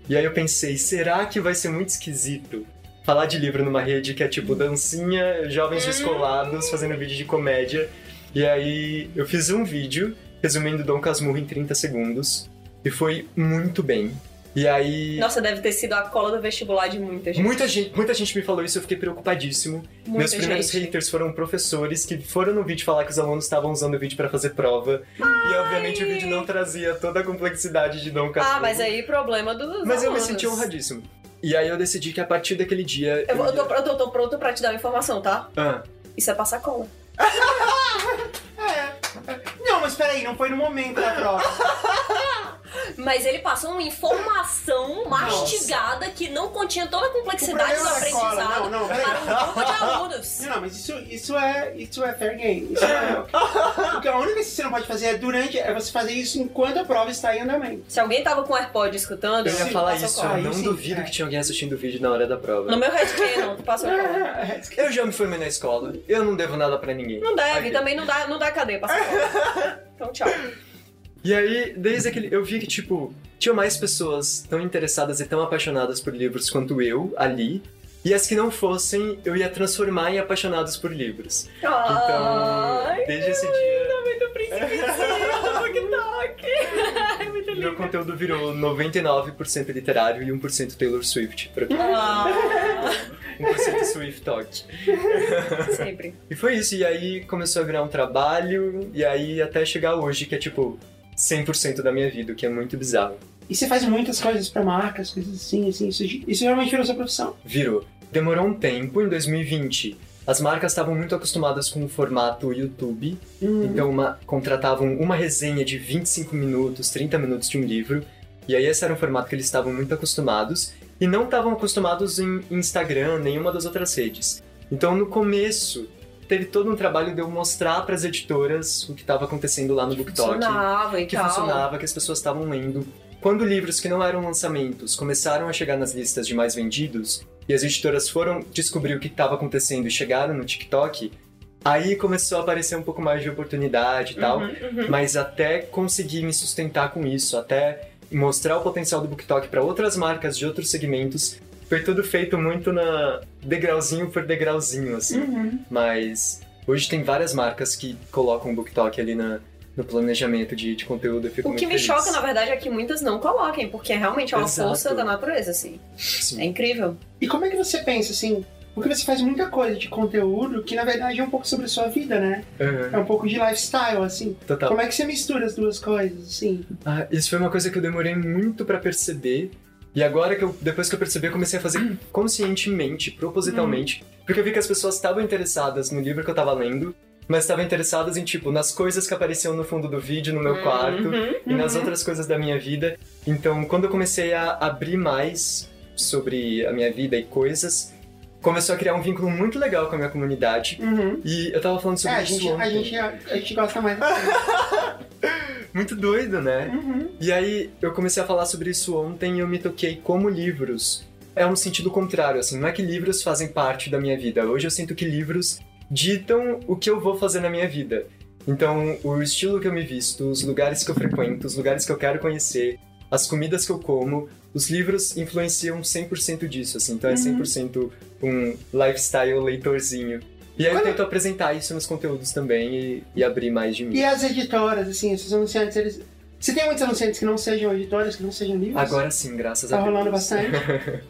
E aí eu pensei, será que vai ser muito esquisito falar de livro numa rede que é tipo dancinha, jovens
Uhum.
descolados fazendo vídeo de comédia? E aí eu fiz um vídeo resumindo Dom Casmurro em 30 segundos e foi muito bem. E aí
Nossa, deve ter sido a cola do vestibular de muita gente.
Muita gente, muita gente me falou isso, eu fiquei preocupadíssimo.
Muita
Meus primeiros
gente.
haters foram professores que foram no vídeo falar que os alunos estavam usando o vídeo pra fazer prova. E obviamente o vídeo não trazia toda a complexidade de Dom Casmurro.
Ah, mas aí problema dos
Mas eu me
alunos.
senti honradíssimo. E aí eu decidi que a partir daquele dia.
Eu, vou- eu
ia-
tô, eu tô- eu tô pronto pra te dar uma informação, tá?
Ah,
Isso é passar cola.
É. Não, mas peraí, não foi no momento da prova.
Mas ele passou uma informação mastigada que não continha toda a complexidade do
problema é cola,
aprendizado
não, não, peraí.
para um grupo de alunos.
Não, não, mas isso, isso, é, isso é fair game. Isso é, porque a única coisa que você não pode fazer é durante. É você fazer isso enquanto a prova está em andamento.
Se alguém tava com o AirPod escutando,
eu ia
tu
falar
passou
isso,
cola.
eu
aí
não
sim,
duvido
é.
que tinha alguém assistindo o vídeo na hora da
No
prova.
meu headcanon, não, tu passou cola.
é,
Eu já me formei na escola, eu não devo nada pra ninguém.
Não deve,
Ok.
também não dá, não dá cadeia passar cola. Então tchau.
E aí, desde aquele. Eu vi que, tipo, tinha mais pessoas tão interessadas e tão apaixonadas por livros quanto eu ali. E as que não fossem, eu ia transformar em apaixonados por livros.
Ai,
Então, desde esse dia,
muito príncipezinho do TikTok. Ai, muito lindo.
meu conteúdo virou 99% literário e 1% Taylor Swift. Pra mim,
Ah,
1% Swift Talk.
sempre.
E foi isso, e aí começou a virar um trabalho, e aí até chegar hoje, que é tipo 100% da minha vida, o que é muito bizarro.
E você faz muitas coisas pra marcas, coisas assim, assim. Isso, isso realmente virou sua profissão.
Virou. Demorou um tempo, em 2020. As marcas estavam muito acostumadas com o formato YouTube,
Hum.
então uma- contratavam uma resenha de 25 minutos, 30 minutos de um livro, e aí esse era um formato que eles estavam muito acostumados, e não estavam acostumados em Instagram, nenhuma das outras redes. Então no começo, teve todo um trabalho de eu mostrar para as editoras o que estava acontecendo lá no BookTok
Funcionava e
que
tal.
funcionava, que as pessoas estavam lendo. Quando livros que não eram lançamentos começaram a chegar nas listas de mais vendidos, e as editoras foram descobrir o que estava acontecendo e chegaram no TikTok, aí começou a aparecer um pouco mais de oportunidade e tal.
Uhum.
Mas até conseguir me sustentar com isso, até mostrar o potencial do BookTok para outras marcas de outros segmentos, foi tudo feito muito na degrauzinho por degrauzinho, assim.
Uhum.
Mas hoje tem várias marcas que colocam o BookTok ali na, no planejamento de, de conteúdo. Eu fico
O que me
muito feliz.
choca, na verdade, é que muitas não coloquem, porque realmente é uma
Exato.
força da natureza, assim.
Sim.
É incrível.
E como é que você pensa, assim? Porque você faz muita coisa de conteúdo que, na verdade, é um pouco sobre a sua vida, né?
Aham,
É um pouco de lifestyle, assim.
total.
Como é que você mistura as duas coisas, assim?
Ah, isso foi uma coisa que eu demorei muito pra perceber. E agora que eu, depois que eu percebi, eu comecei a fazer conscientemente, propositalmente, porque eu vi que as pessoas estavam interessadas no livro que eu tava lendo, mas estavam interessadas em tipo nas coisas que apareciam no fundo do vídeo, no meu quarto,
Uhum.
e nas outras coisas da minha vida. Então, quando eu comecei a abrir mais sobre a minha vida e coisas, começou a criar um vínculo muito legal com a minha comunidade.
Uhum.
E eu tava falando
É,
sobre
a
isso
gente, a,
ontem.
gente, a gente gosta mais assim.
Muito doido, né?
Uhum.
E aí, eu comecei a falar sobre isso ontem e eu me toquei como livros. É um sentido contrário, assim, não é que livros fazem parte da minha vida. Hoje eu sinto que livros ditam o que eu vou fazer na minha vida. Então, o estilo que eu me visto, os lugares que eu frequento, os lugares que eu quero conhecer, as comidas que eu como, os livros influenciam 100% disso, assim.
Uhum.
Então é 100% um lifestyle leitorzinho. E aí eu
Quando-
tento apresentar isso nos conteúdos também e, e abrir mais de mim.
E as editoras, assim, esses anunciantes, eles. Você tem muitos anunciantes que não sejam editoras, que não sejam livros?
Agora sim, graças a
Tá
Deus.
rolando bastante.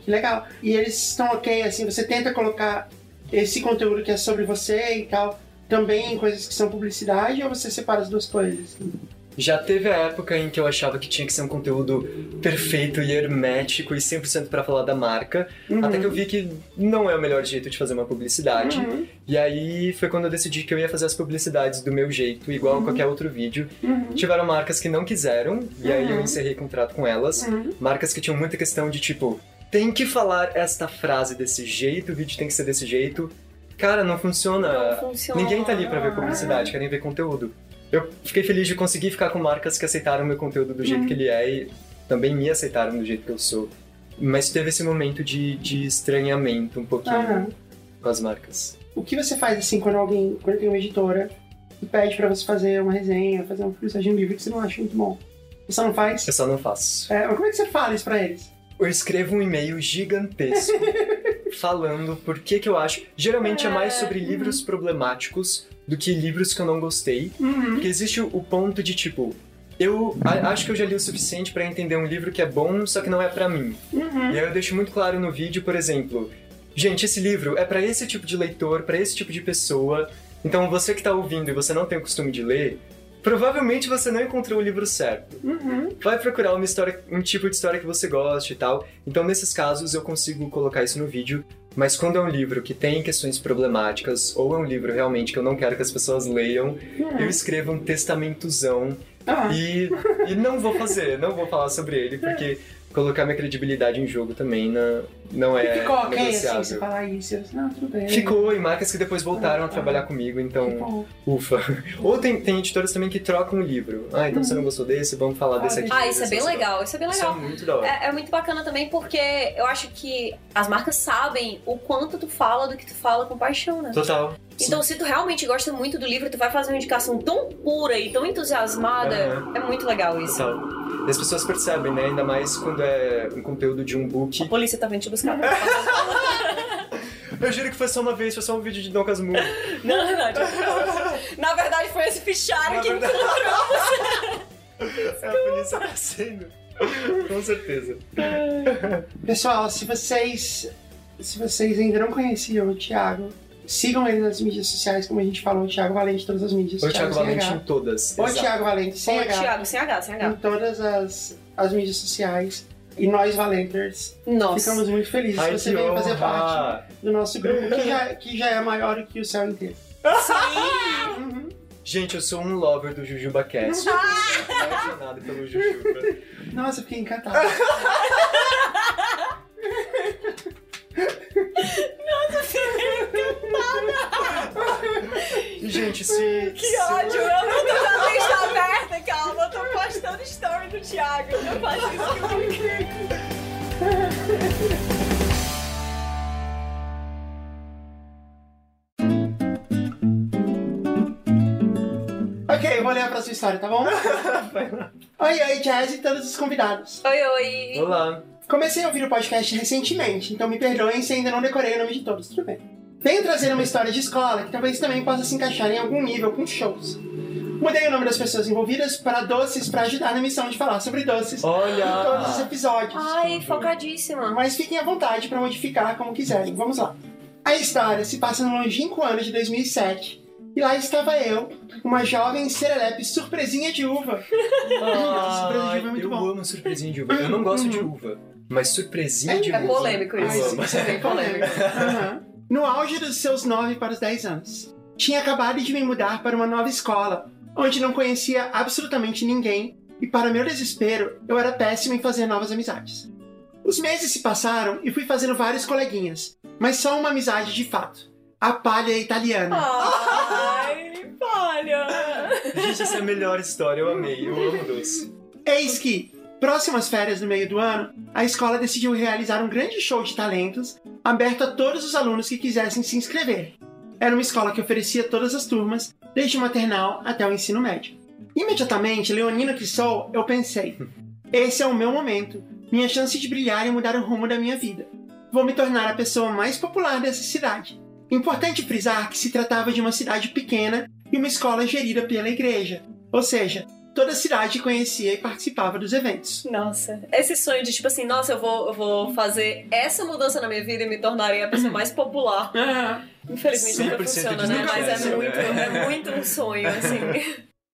que legal. E eles estão ok, assim, você tenta colocar esse conteúdo que é sobre você e tal, também em coisas que são publicidade, ou você separa as duas coisas? assim?
Já teve a época em que eu achava que tinha que ser um conteúdo perfeito e hermético e 100% pra falar da marca, Uhum. até que eu vi que não é o melhor jeito de fazer uma publicidade.
Uhum.
E aí foi quando eu decidi que eu ia fazer as publicidades do meu jeito, igual a qualquer outro vídeo.
Uhum.
Tiveram marcas que não quiseram, e aí eu
Uhum.
encerrei contrato com elas.
Uhum.
Marcas que tinham muita questão de tipo, tem que falar esta frase desse jeito, o vídeo tem que ser desse jeito. Cara, não funciona.
Não funciona.
Ninguém tá ali pra ver publicidade, querem ver conteúdo. Eu fiquei feliz de conseguir ficar com marcas que aceitaram meu conteúdo do jeito que ele é e também me aceitaram do jeito que eu sou. Mas teve esse momento de, de estranhamento um pouquinho
Aham.
com as marcas.
O que você faz, assim, quando alguém, quando tem uma editora e pede pra você fazer uma resenha, fazer uma publicidade de um livro que você não acha muito bom? Você não faz?
Eu só não faço.
É, mas como é que você fala isso pra eles?
Eu escrevo um e-mail gigantesco falando por que que eu acho. Geralmente é mais sobre livros problemáticos do que livros que eu não gostei.
Uhum.
Porque existe o- o ponto de tipo, eu a- acho que eu já li o suficiente pra entender um livro que é bom, só que não é pra mim.
Uhum,
E aí eu deixo muito claro no vídeo, por exemplo, gente, esse livro é pra esse tipo de leitor, pra esse tipo de pessoa. Então você que tá ouvindo e você não tem o costume de ler, provavelmente você não encontrou o livro certo.
uhum,
Vai procurar uma história, um tipo de história que você goste e tal. Então nesses casos eu consigo colocar isso no vídeo. Mas quando é um livro que tem questões problemáticas, ou é um livro realmente que eu não quero que as pessoas leiam,
É. uhum.
eu escrevo um testamentozão
Ah,
e, e não vou fazer, não vou falar sobre ele, porque colocar minha credibilidade em jogo também na- não é
ficou ok, assim,
negociável.
você falar isso. Eu, não, tudo bem.
Ficou, e marcas que depois voltaram a trabalhar comigo,
Que
então,
bom.
ufa. Ou tem, tem editoras também que trocam o livro. Ah, então você não gostou desse, vamos falar desse aqui.
Ah, isso é
desse
bem
outro.
legal, isso é bem
Isso é
legal.
muito da hora.
É, é muito bacana também porque eu acho que as marcas sabem o quanto tu fala do que tu fala com paixão, né?
Total.
Então, se tu realmente gosta muito do livro, tu vai fazer uma indicação tão pura e tão entusiasmada. É muito legal isso.
Total. E as pessoas percebem, né? Ainda mais quando é um conteúdo de um book.
A polícia tá vindo te buscar.
Eu juro que foi só uma vez, foi só um vídeo de Dom Casmurro.
Não, na verdade. Na verdade, foi esse fichário
Na
que
verdade.
encontrou.
É a polícia nascendo. Com certeza.
Pessoal, se vocês. Se vocês ainda não conheciam o Thiago, Sigam ele nas mídias sociais, como a gente falou, o Thiago Valente, todas as mídias.
Ou Thiago
sem
Valente
H.
em todas.
Ou
exato.
Thiago Valente, sem
Ou
H.
Thiago, sem H, sem
Em
H.
todas as, as mídias sociais. E nós, Valenters,
Nossa.
ficamos muito felizes
Ai,
que você
que
veio fazer
honra.
parte do nosso grupo, que já, que já é maior que o céu inteiro. Uhum.
Gente, eu sou um lover do Jujuba Cast. Eu sou
Ah!
apaixonado pelo Jujuba.
Nossa, eu fiquei encantado.
E, gente, se.
Que ódio, eu não tô na lista aberta, calma, eu tô postando story do Thiago, eu faço isso que eu
ok, eu vou ler a próxima história, tá bom? oi, oi, Jazz e todos os convidados.
Oi, oi.
Olá.
Comecei a ouvir o podcast recentemente, então me perdoem se ainda não decorei o nome de todos, tudo bem. Venho trazer uma história de escola que talvez também possa se encaixar em algum nível com shows. Mudei o nome das pessoas envolvidas para doces para ajudar na missão de falar sobre doces em todos os
Olha!
episódios.
Ai, focadíssima.
Mas fiquem à vontade para modificar como quiserem. Vamos lá. A história se passa no longínquo ano de 2007. E lá estava eu, uma jovem serelepe surpresinha de uva. surpresa de uva é muito
eu
bom.
amo surpresinha de uva. Eu não gosto de uva, mas surpresinha de
É
uva.
polêmico
eu
isso.
amo.
Isso é bem polêmico. Aham. No auge dos seus 9 para os 10 anos. Tinha acabado de me mudar para uma nova escola, onde não conhecia absolutamente ninguém, e para meu desespero, eu era péssimo em fazer novas amizades. Os meses se passaram e fui fazendo vários coleguinhas, mas só uma amizade de fato. A palha italiana.
Ai, olha.
Gente, essa é a melhor história, eu amei. Eu amo doce.
Eis que, próximas férias no meio do ano, a escola decidiu realizar um grande show de talentos aberto a todos os alunos que quisessem se inscrever. Era uma escola que oferecia todas as turmas, desde o maternal até o ensino médio. Imediatamente, leonino que sou, eu pensei: esse é o meu momento, minha chance de brilhar e mudar o rumo da minha vida. Vou me tornar a pessoa mais popular dessa cidade. Importante frisar que se tratava de uma cidade pequena e uma escola gerida pela igreja, ou seja, toda a cidade conhecia e participava dos eventos.
Nossa, esse sonho de tipo assim, nossa, eu vou, eu vou fazer essa mudança na minha vida e me tornarei a pessoa mais popular. Infelizmente nunca
100%
funciona, né? Mas é
desnecessário,
muito,
né?
é muito um sonho, assim.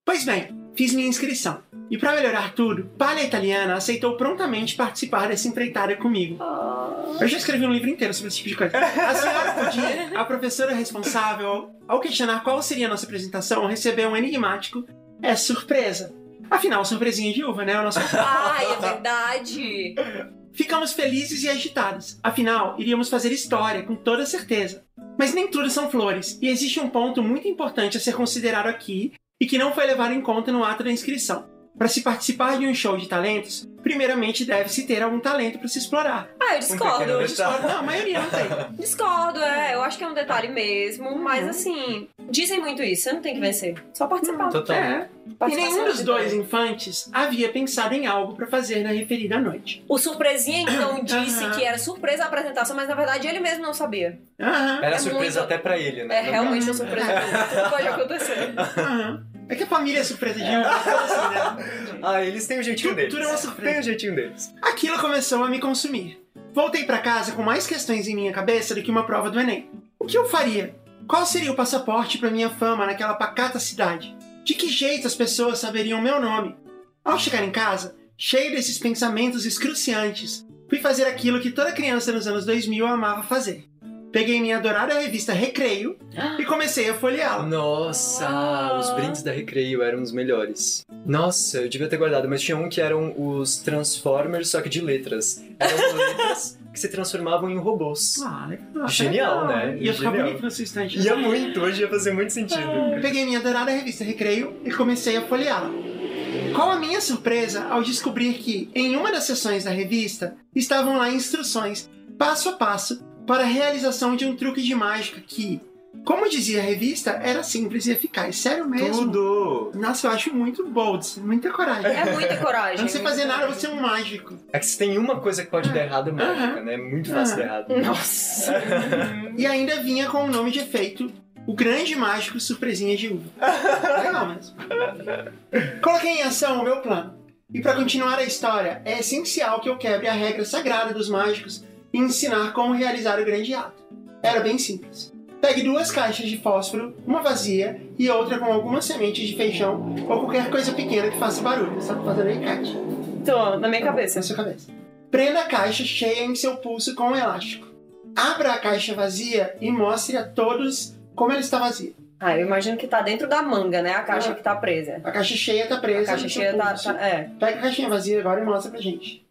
Pois bem, fiz minha inscrição. E para melhorar tudo, Palha Italiana aceitou prontamente participar dessa empreitada comigo.
Ah.
Eu já escrevi um livro inteiro sobre esse tipo de coisa. A senhora podia, a professora responsável, ao questionar qual seria a nossa apresentação, recebeu um enigmático é surpresa. Afinal, surpresinha de uva, né? O nosso
Ai, é verdade.
Ficamos felizes e agitados, afinal, iríamos fazer história, com toda certeza. Mas nem tudo são flores, e existe um ponto muito importante a ser considerado aqui e que não foi levado em conta no ato da inscrição. Para se participar de um show de talentos, primeiramente deve-se ter algum talento para se explorar.
Ah, eu
Um pequeno
discordo.
Eu discordo, não, a maioria não tem.
Discordo, é. Eu acho que é um
Ah.
detalhe mesmo,
Uhum.
mas assim, dizem muito isso. Você não tem que vencer. Só participar.
Total.
É. E nenhum
Participação
dos
é
dois
vitória.
infantes havia pensado em algo para fazer na referida noite.
O surpresinha então disse
Aham.
que era surpresa a apresentação, mas na verdade ele mesmo não sabia.
Aham,
Era
É
surpresa
muito-
até pra ele, né?
É realmente uma surpresa. Não pode acontecer.
aham. É que a família é surpresa de um. assim, né?
Ah, eles têm o jeitinho
Tu-
deles.
tudo é uma surpresa.
Tem o jeitinho deles.
Aquilo começou a me consumir. Voltei pra casa com mais questões em minha cabeça do que uma prova do Enem. O que eu faria? Qual seria o passaporte pra minha fama naquela pacata cidade? De que jeito as pessoas saberiam meu nome? Ao chegar em casa, cheio desses pensamentos excruciantes, fui fazer aquilo que toda criança nos anos 2000 amava fazer. Peguei minha adorada revista Recreio e comecei a folheá-la.
Nossa,
Ah.
os brindes da Recreio eram os melhores. Nossa, eu devia ter guardado, mas tinha um que eram os Transformers, só que de letras. Eram letras que se transformavam em robôs.
Ah, legal.
Genial, né?
Ia ficar
Genial.
bonito nesse instante.
Ia muito, hoje ia fazer muito sentido.
Ah,
Eu Peguei minha adorada revista Recreio e comecei a folheá-la. Qual a minha surpresa ao descobrir que, em uma das sessões da revista, estavam lá instruções, passo a passo, para a realização de um truque de mágica que, como dizia a revista, era simples e eficaz. Sério mesmo?
Tudo!
Nossa, eu acho muito bold, muita coragem.
É muita coragem.
Eu não sei fazer nada, você é um mágico.
É que se tem uma coisa que
Ah.
pode dar errado, é mágica, né? É muito fácil dar errado.
Nossa.
E ainda vinha com o nome de efeito O Grande Mágico Surpresinha de Uva. Legal mesmo. Coloquei em ação o meu plano. E para continuar a história, é essencial que eu quebre a regra sagrada dos mágicos e ensinar como realizar o grande ato. Era bem simples. Pegue duas caixas de fósforo, uma vazia e outra com algumas sementes de feijão ou qualquer coisa pequena que faça barulho. Você tá fazendo aí, Kat?
Tô, na minha cabeça.
Na Tá sua cabeça. Prenda a caixa cheia em seu pulso com um elástico. Abra a caixa vazia e mostre a todos como ela está vazia.
Ah, eu imagino que tá dentro da manga, né? A caixa que tá presa.
A caixa cheia está presa.
A caixa
no seu
cheia tá,
pulso.
tá- É.
Pega a caixinha vazia agora e mostra pra gente.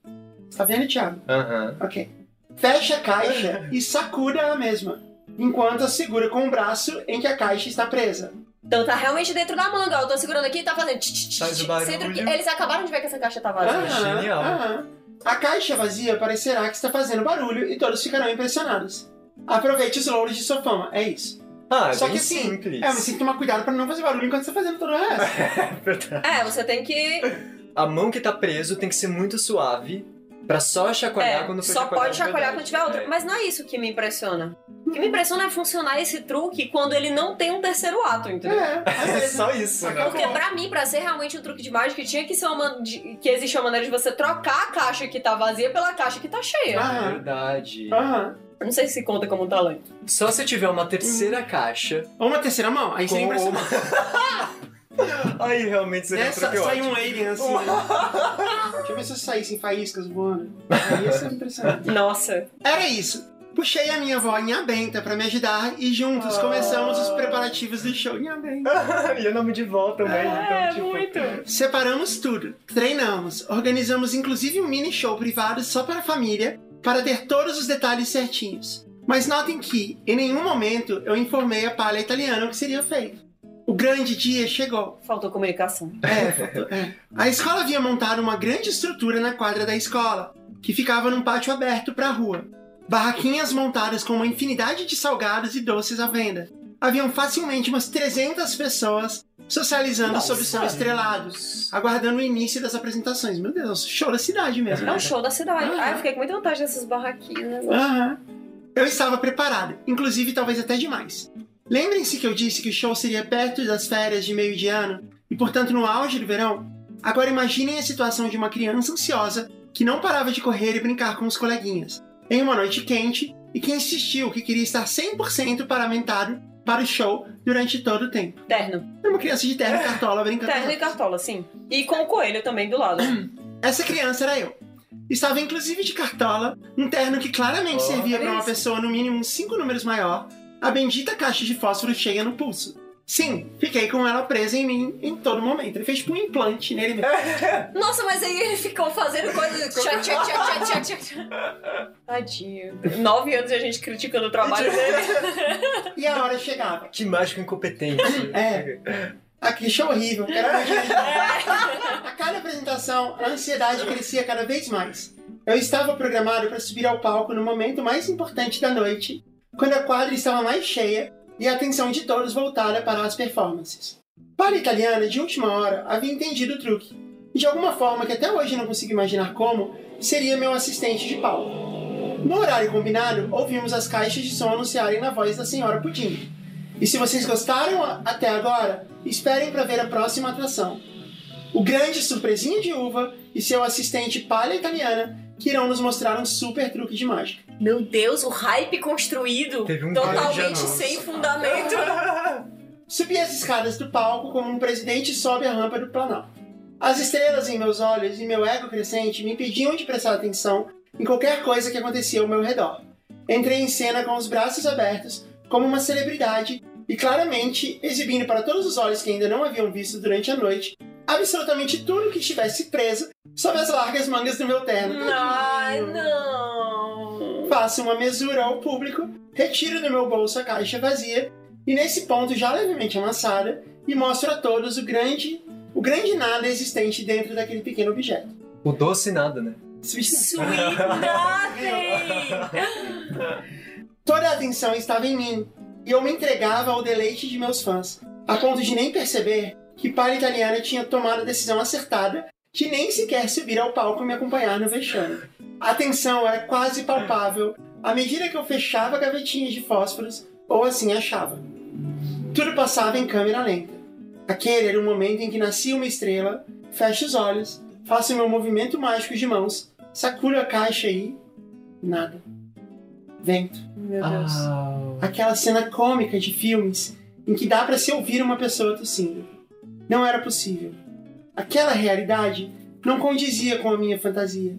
Tá vendo, Thiago?
Aham.
Ok. Fecha a caixa e sacuda ela mesma, enquanto a segura com o braço em que a caixa está presa.
Então tá realmente dentro da manga. ó. Eu tô segurando aqui e tá fazendo. tch, tch, tch,
Faz o
tch,
barulho.
Sendo que eles acabaram de ver que essa caixa tá vazia.
Aham,
genial.
aham. A caixa vazia parecerá que está fazendo barulho e todos ficarão impressionados. Aproveite os louros de sua fama, é isso.
Ah,
Só
bem
que assim,
simples.
É, mas tem que tomar cuidado pra não fazer barulho enquanto você está fazendo todo o resto.
É, você tem que.
A mão que tá preso tem que ser muito suave pra só chacoalhar
é,
quando for
só pode
de
chacoalhar quando
verdade.
tiver outro.
É.
Mas não é isso que me impressiona. O que me impressiona é funcionar esse truque quando ele não tem um terceiro ato, entendeu?
É,
É
é
só isso, né?
Porque pra mim, pra ser realmente um truque de mágica, tinha que ser uma man- de- que existe uma maneira de você trocar a caixa que tá vazia pela caixa que tá cheia.
Ah.
Aham.
Verdade.
Aham.
Não sei se conta como um talento.
Só se tiver uma terceira caixa
Ou uma terceira mão, aí você é
com uma...
impressionado.
Aí realmente seria
Né?
um
Sa-
truque
Sai
ótimo.
um alien assim. Deixa eu ver se eu saí sem faíscas voando. Aí ia ser impressionante.
Nossa.
Era isso. Puxei a minha avó Inhabenta pra me ajudar e juntos começamos os preparativos do show Inhabenta.
e eu não me de volta também, então, tipo...
Separamos tudo, treinamos, organizamos inclusive um mini show privado só para a família, para ter todos os detalhes certinhos. Mas notem que, em nenhum momento, eu informei a palha italiana o que seria feito. O grande dia chegou.
Faltou comunicação.
É, faltou- é. A escola havia montado uma grande estrutura na quadra da escola, que ficava num pátio aberto para a rua. Barraquinhas montadas com uma infinidade de salgados e doces à venda. Haviam facilmente umas 300 pessoas socializando
Nossa.
sob o céu estrelado,
Ah,
aguardando o início das apresentações. Meu Deus, show da cidade mesmo.
É um show da cidade.
Ah.
Aham.
Ai, eu fiquei com muita vontade dessas barraquinhas.
Aham. Eu estava preparado, inclusive talvez até demais. Lembrem-se que eu disse que o show seria perto das férias de meio de ano e, portanto, no auge do verão? Agora imaginem a situação de uma criança ansiosa que não parava de correr e brincar com os coleguinhas, em uma noite quente e que insistiu que queria estar 100% paramentado para o show durante todo o tempo.
Terno.
É uma criança de terra e cartola brincando. com
Terno e
outras.
cartola, sim. E com o coelho também do lado.
Essa criança era eu. Estava inclusive de cartola, um terno que claramente
Oh,
servia
olha
para uma
isso.
pessoa no mínimo uns cinco números maior, a bendita caixa de fósforo cheia no pulso. Sim, fiquei com ela presa em mim em todo momento. Ele fez tipo um implante nele mesmo.
Nossa, mas aí ele ficou fazendo coisas. Tchá, tchá, tchá, tchá, tchá, tchá. Tadinho. Nove anos e a gente criticando o trabalho dele.
E a hora chegava.
Que mágico incompetente.
É. Aqui, show horrível. Quero mais gente. a cada apresentação, a ansiedade crescia cada vez mais. Eu estava programado para subir ao palco no momento mais importante da noite, quando a quadra estava mais cheia e a atenção de todos voltada para as performances. Para a italiana, de última hora, havia entendido o truque. E de alguma forma que até hoje eu não consigo imaginar como, seria meu assistente de palco. No horário combinado, ouvimos as caixas de som anunciarem na voz da senhora Pudim. E se vocês gostaram a- até agora, esperem para ver a próxima atração. O grande surpresinho de uva e seu assistente palha italiana que irão nos mostrar um super truque de mágica.
Meu Deus, o hype construído.
Teve um grande
Totalmente
anúncio.
sem fundamento.
Subi as escadas do palco como um presidente sobe a rampa do Planalto. As estrelas em meus olhos e meu ego crescente me impediam de prestar atenção em qualquer coisa que acontecia ao meu redor. Entrei em cena com os braços abertos, como uma celebridade, e claramente exibindo para todos os olhos que ainda não haviam visto durante a noite absolutamente tudo que estivesse preso sob as largas mangas do meu terno.
Ai, não.
Faço uma mesura ao público, retiro do meu bolso a caixa vazia e nesse ponto já levemente amassada e mostro a todos o grande, o grande nada existente dentro daquele pequeno objeto.
O doce nada, né?
Sweet nothing.
Toda a atenção estava em mim e eu me entregava ao deleite de meus fãs, a ponto de nem perceber que para a italiana tinha tomado a decisão acertada de nem sequer subir ao palco e me acompanhar no vexame. A tensão era quase palpável à medida que eu fechava gavetinhas de fósforos, ou assim achava. Tudo passava em câmera lenta. Aquele era o momento em que nascia uma estrela, fecho os olhos, faço meu movimento mágico de mãos, sacudo a caixa e. nada. Vento.
Meu Deus.
Ah,
aquela cena cômica de filmes em que dá pra se ouvir uma pessoa tossindo. Não era possível. Aquela realidade não condizia com a minha fantasia.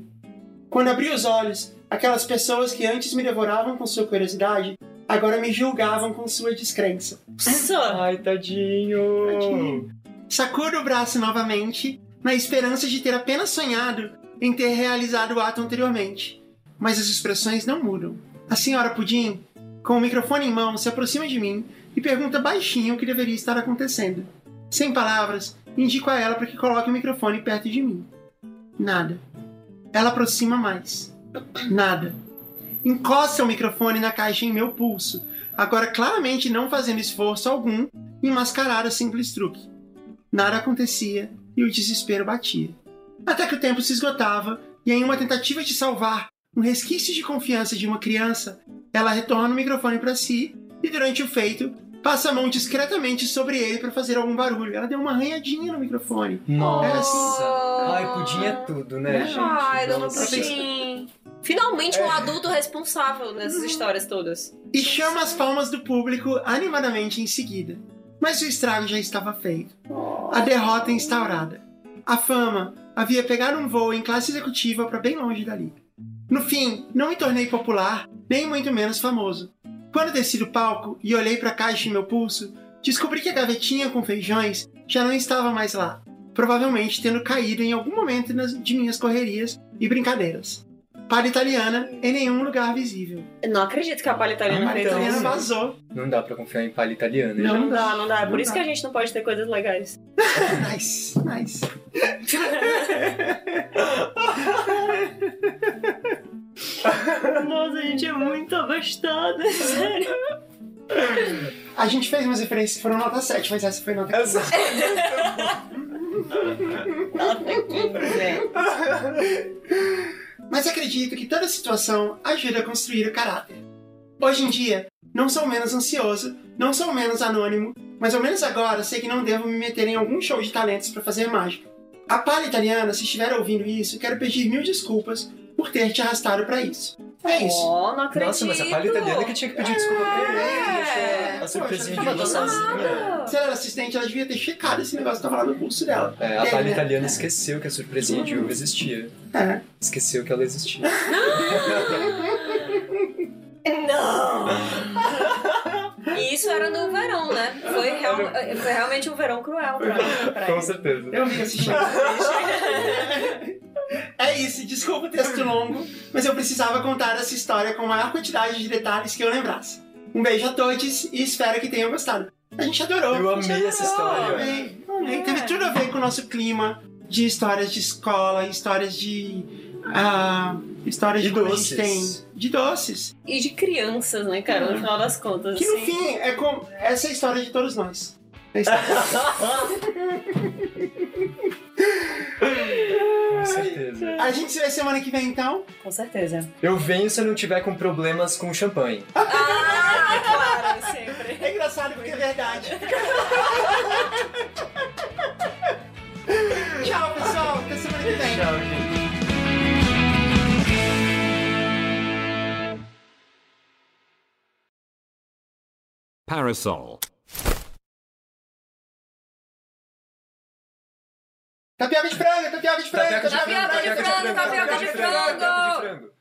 Quando abri os olhos, aquelas pessoas que antes me devoravam com sua curiosidade agora me julgavam com sua descrença.
Só.
Ai, tadinho.
Tadinho. Sacudo o braço novamente, na esperança de ter apenas sonhado em ter realizado o ato anteriormente. Mas as expressões não mudam. A senhora Pudim, com o microfone em mão, se aproxima de mim e pergunta baixinho o que deveria estar acontecendo. Sem palavras, indico a ela para que coloque o microfone perto de mim. Nada. Ela aproxima mais. Nada. Encosta o microfone na caixa em meu pulso, agora claramente não fazendo esforço algum e mascarar o simples truque. Nada acontecia e o desespero batia. Até que o tempo se esgotava e, em uma tentativa de salvar um resquício de confiança de uma criança, ela retorna o microfone para si e, durante o feito, passa a mão discretamente sobre ele para fazer algum barulho. Ela deu uma arranhadinha no microfone.
Nossa.
Oh.
Ai, pudim é tudo, né, gente?
Ai, dona
Nossa. É.
Pudim. Finalmente um adulto responsável nessas histórias todas.
e chama as palmas do público animadamente em seguida. Mas o estrago já estava feito. A derrota instaurada. A fama havia pegado um voo em classe executiva para bem longe dali. No fim, não me tornei popular, nem muito menos famoso. Quando desci do palco e olhei para a caixa em meu pulso, descobri que a gavetinha com feijões já não estava mais lá, provavelmente tendo caído em algum momento nas- de minhas correrias e brincadeiras. Para italiana, em nenhum lugar visível.
Eu não acredito que a palha tá italiana
Ah,
A
fez
então.
italiana
isso.
vazou.
Não dá pra confiar em palha italiana, né,
Não
Não dá, não dá. É
Não
por isso
dá.
que a gente não pode ter coisas legais.
Nice, nice.
Nossa, a gente é muito abastada. Sério.
A gente fez umas referências que foram nota 7, mas essa foi nota 15.
Exato.
Mas acredito que toda situação ajuda a construir o caráter. Hoje em dia, não sou menos ansioso, não sou menos anônimo, mas ao menos agora sei que não devo me meter em algum show de talentos para fazer mágica. A palha italiana, se estiver ouvindo isso, quero pedir mil desculpas por ter te arrastado para isso. É isso.
Oh, não acredito.
Nossa, mas a palha tá italiana que tinha que pedir desculpa pra ele. né?
É.
Deixou A surpresinha
Poxa,
de
não
ela
tava
sozinha.
Se ela era assistente, ela devia ter checado esse negócio que tava lá no pulso dela.
É, a palha italiana esqueceu que a surpresinha de uva existia.
É.
Esqueceu que ela existia.
E isso era no verão, né? Foi, real- foi realmente um verão cruel pra mim. Pra
Com
ele.
certeza.
Eu vi esse show. É isso, desculpa o texto longo, mas eu precisava contar essa história com a maior quantidade de detalhes que eu lembrasse. Um beijo a todos e espero que tenham gostado. A gente adorou.
Eu amei essa história.
Amei, amei. Teve tudo a ver com o nosso clima de histórias de escola, histórias de. ah, histórias
E
de quando a
doces.
gente tem. De doces.
E de crianças, né, cara? No final das contas.
Que no
assim.
fim é como. Essa é a história de todos nós. É a história-
Com certeza.
A gente se vê semana que vem então.
Com certeza.
Eu venho se eu não tiver com problemas com champanhe.
Ah, claro, sempre.
É engraçado porque é verdade. Tchau, pessoal. Até semana que vem.
Tchau, gente.
Parasol.
Tapioca de frango, tapioca de frango,
Tapioca de frango,
Tapioca de
tapioca de
tá
frango,
frango, tapioca de frango.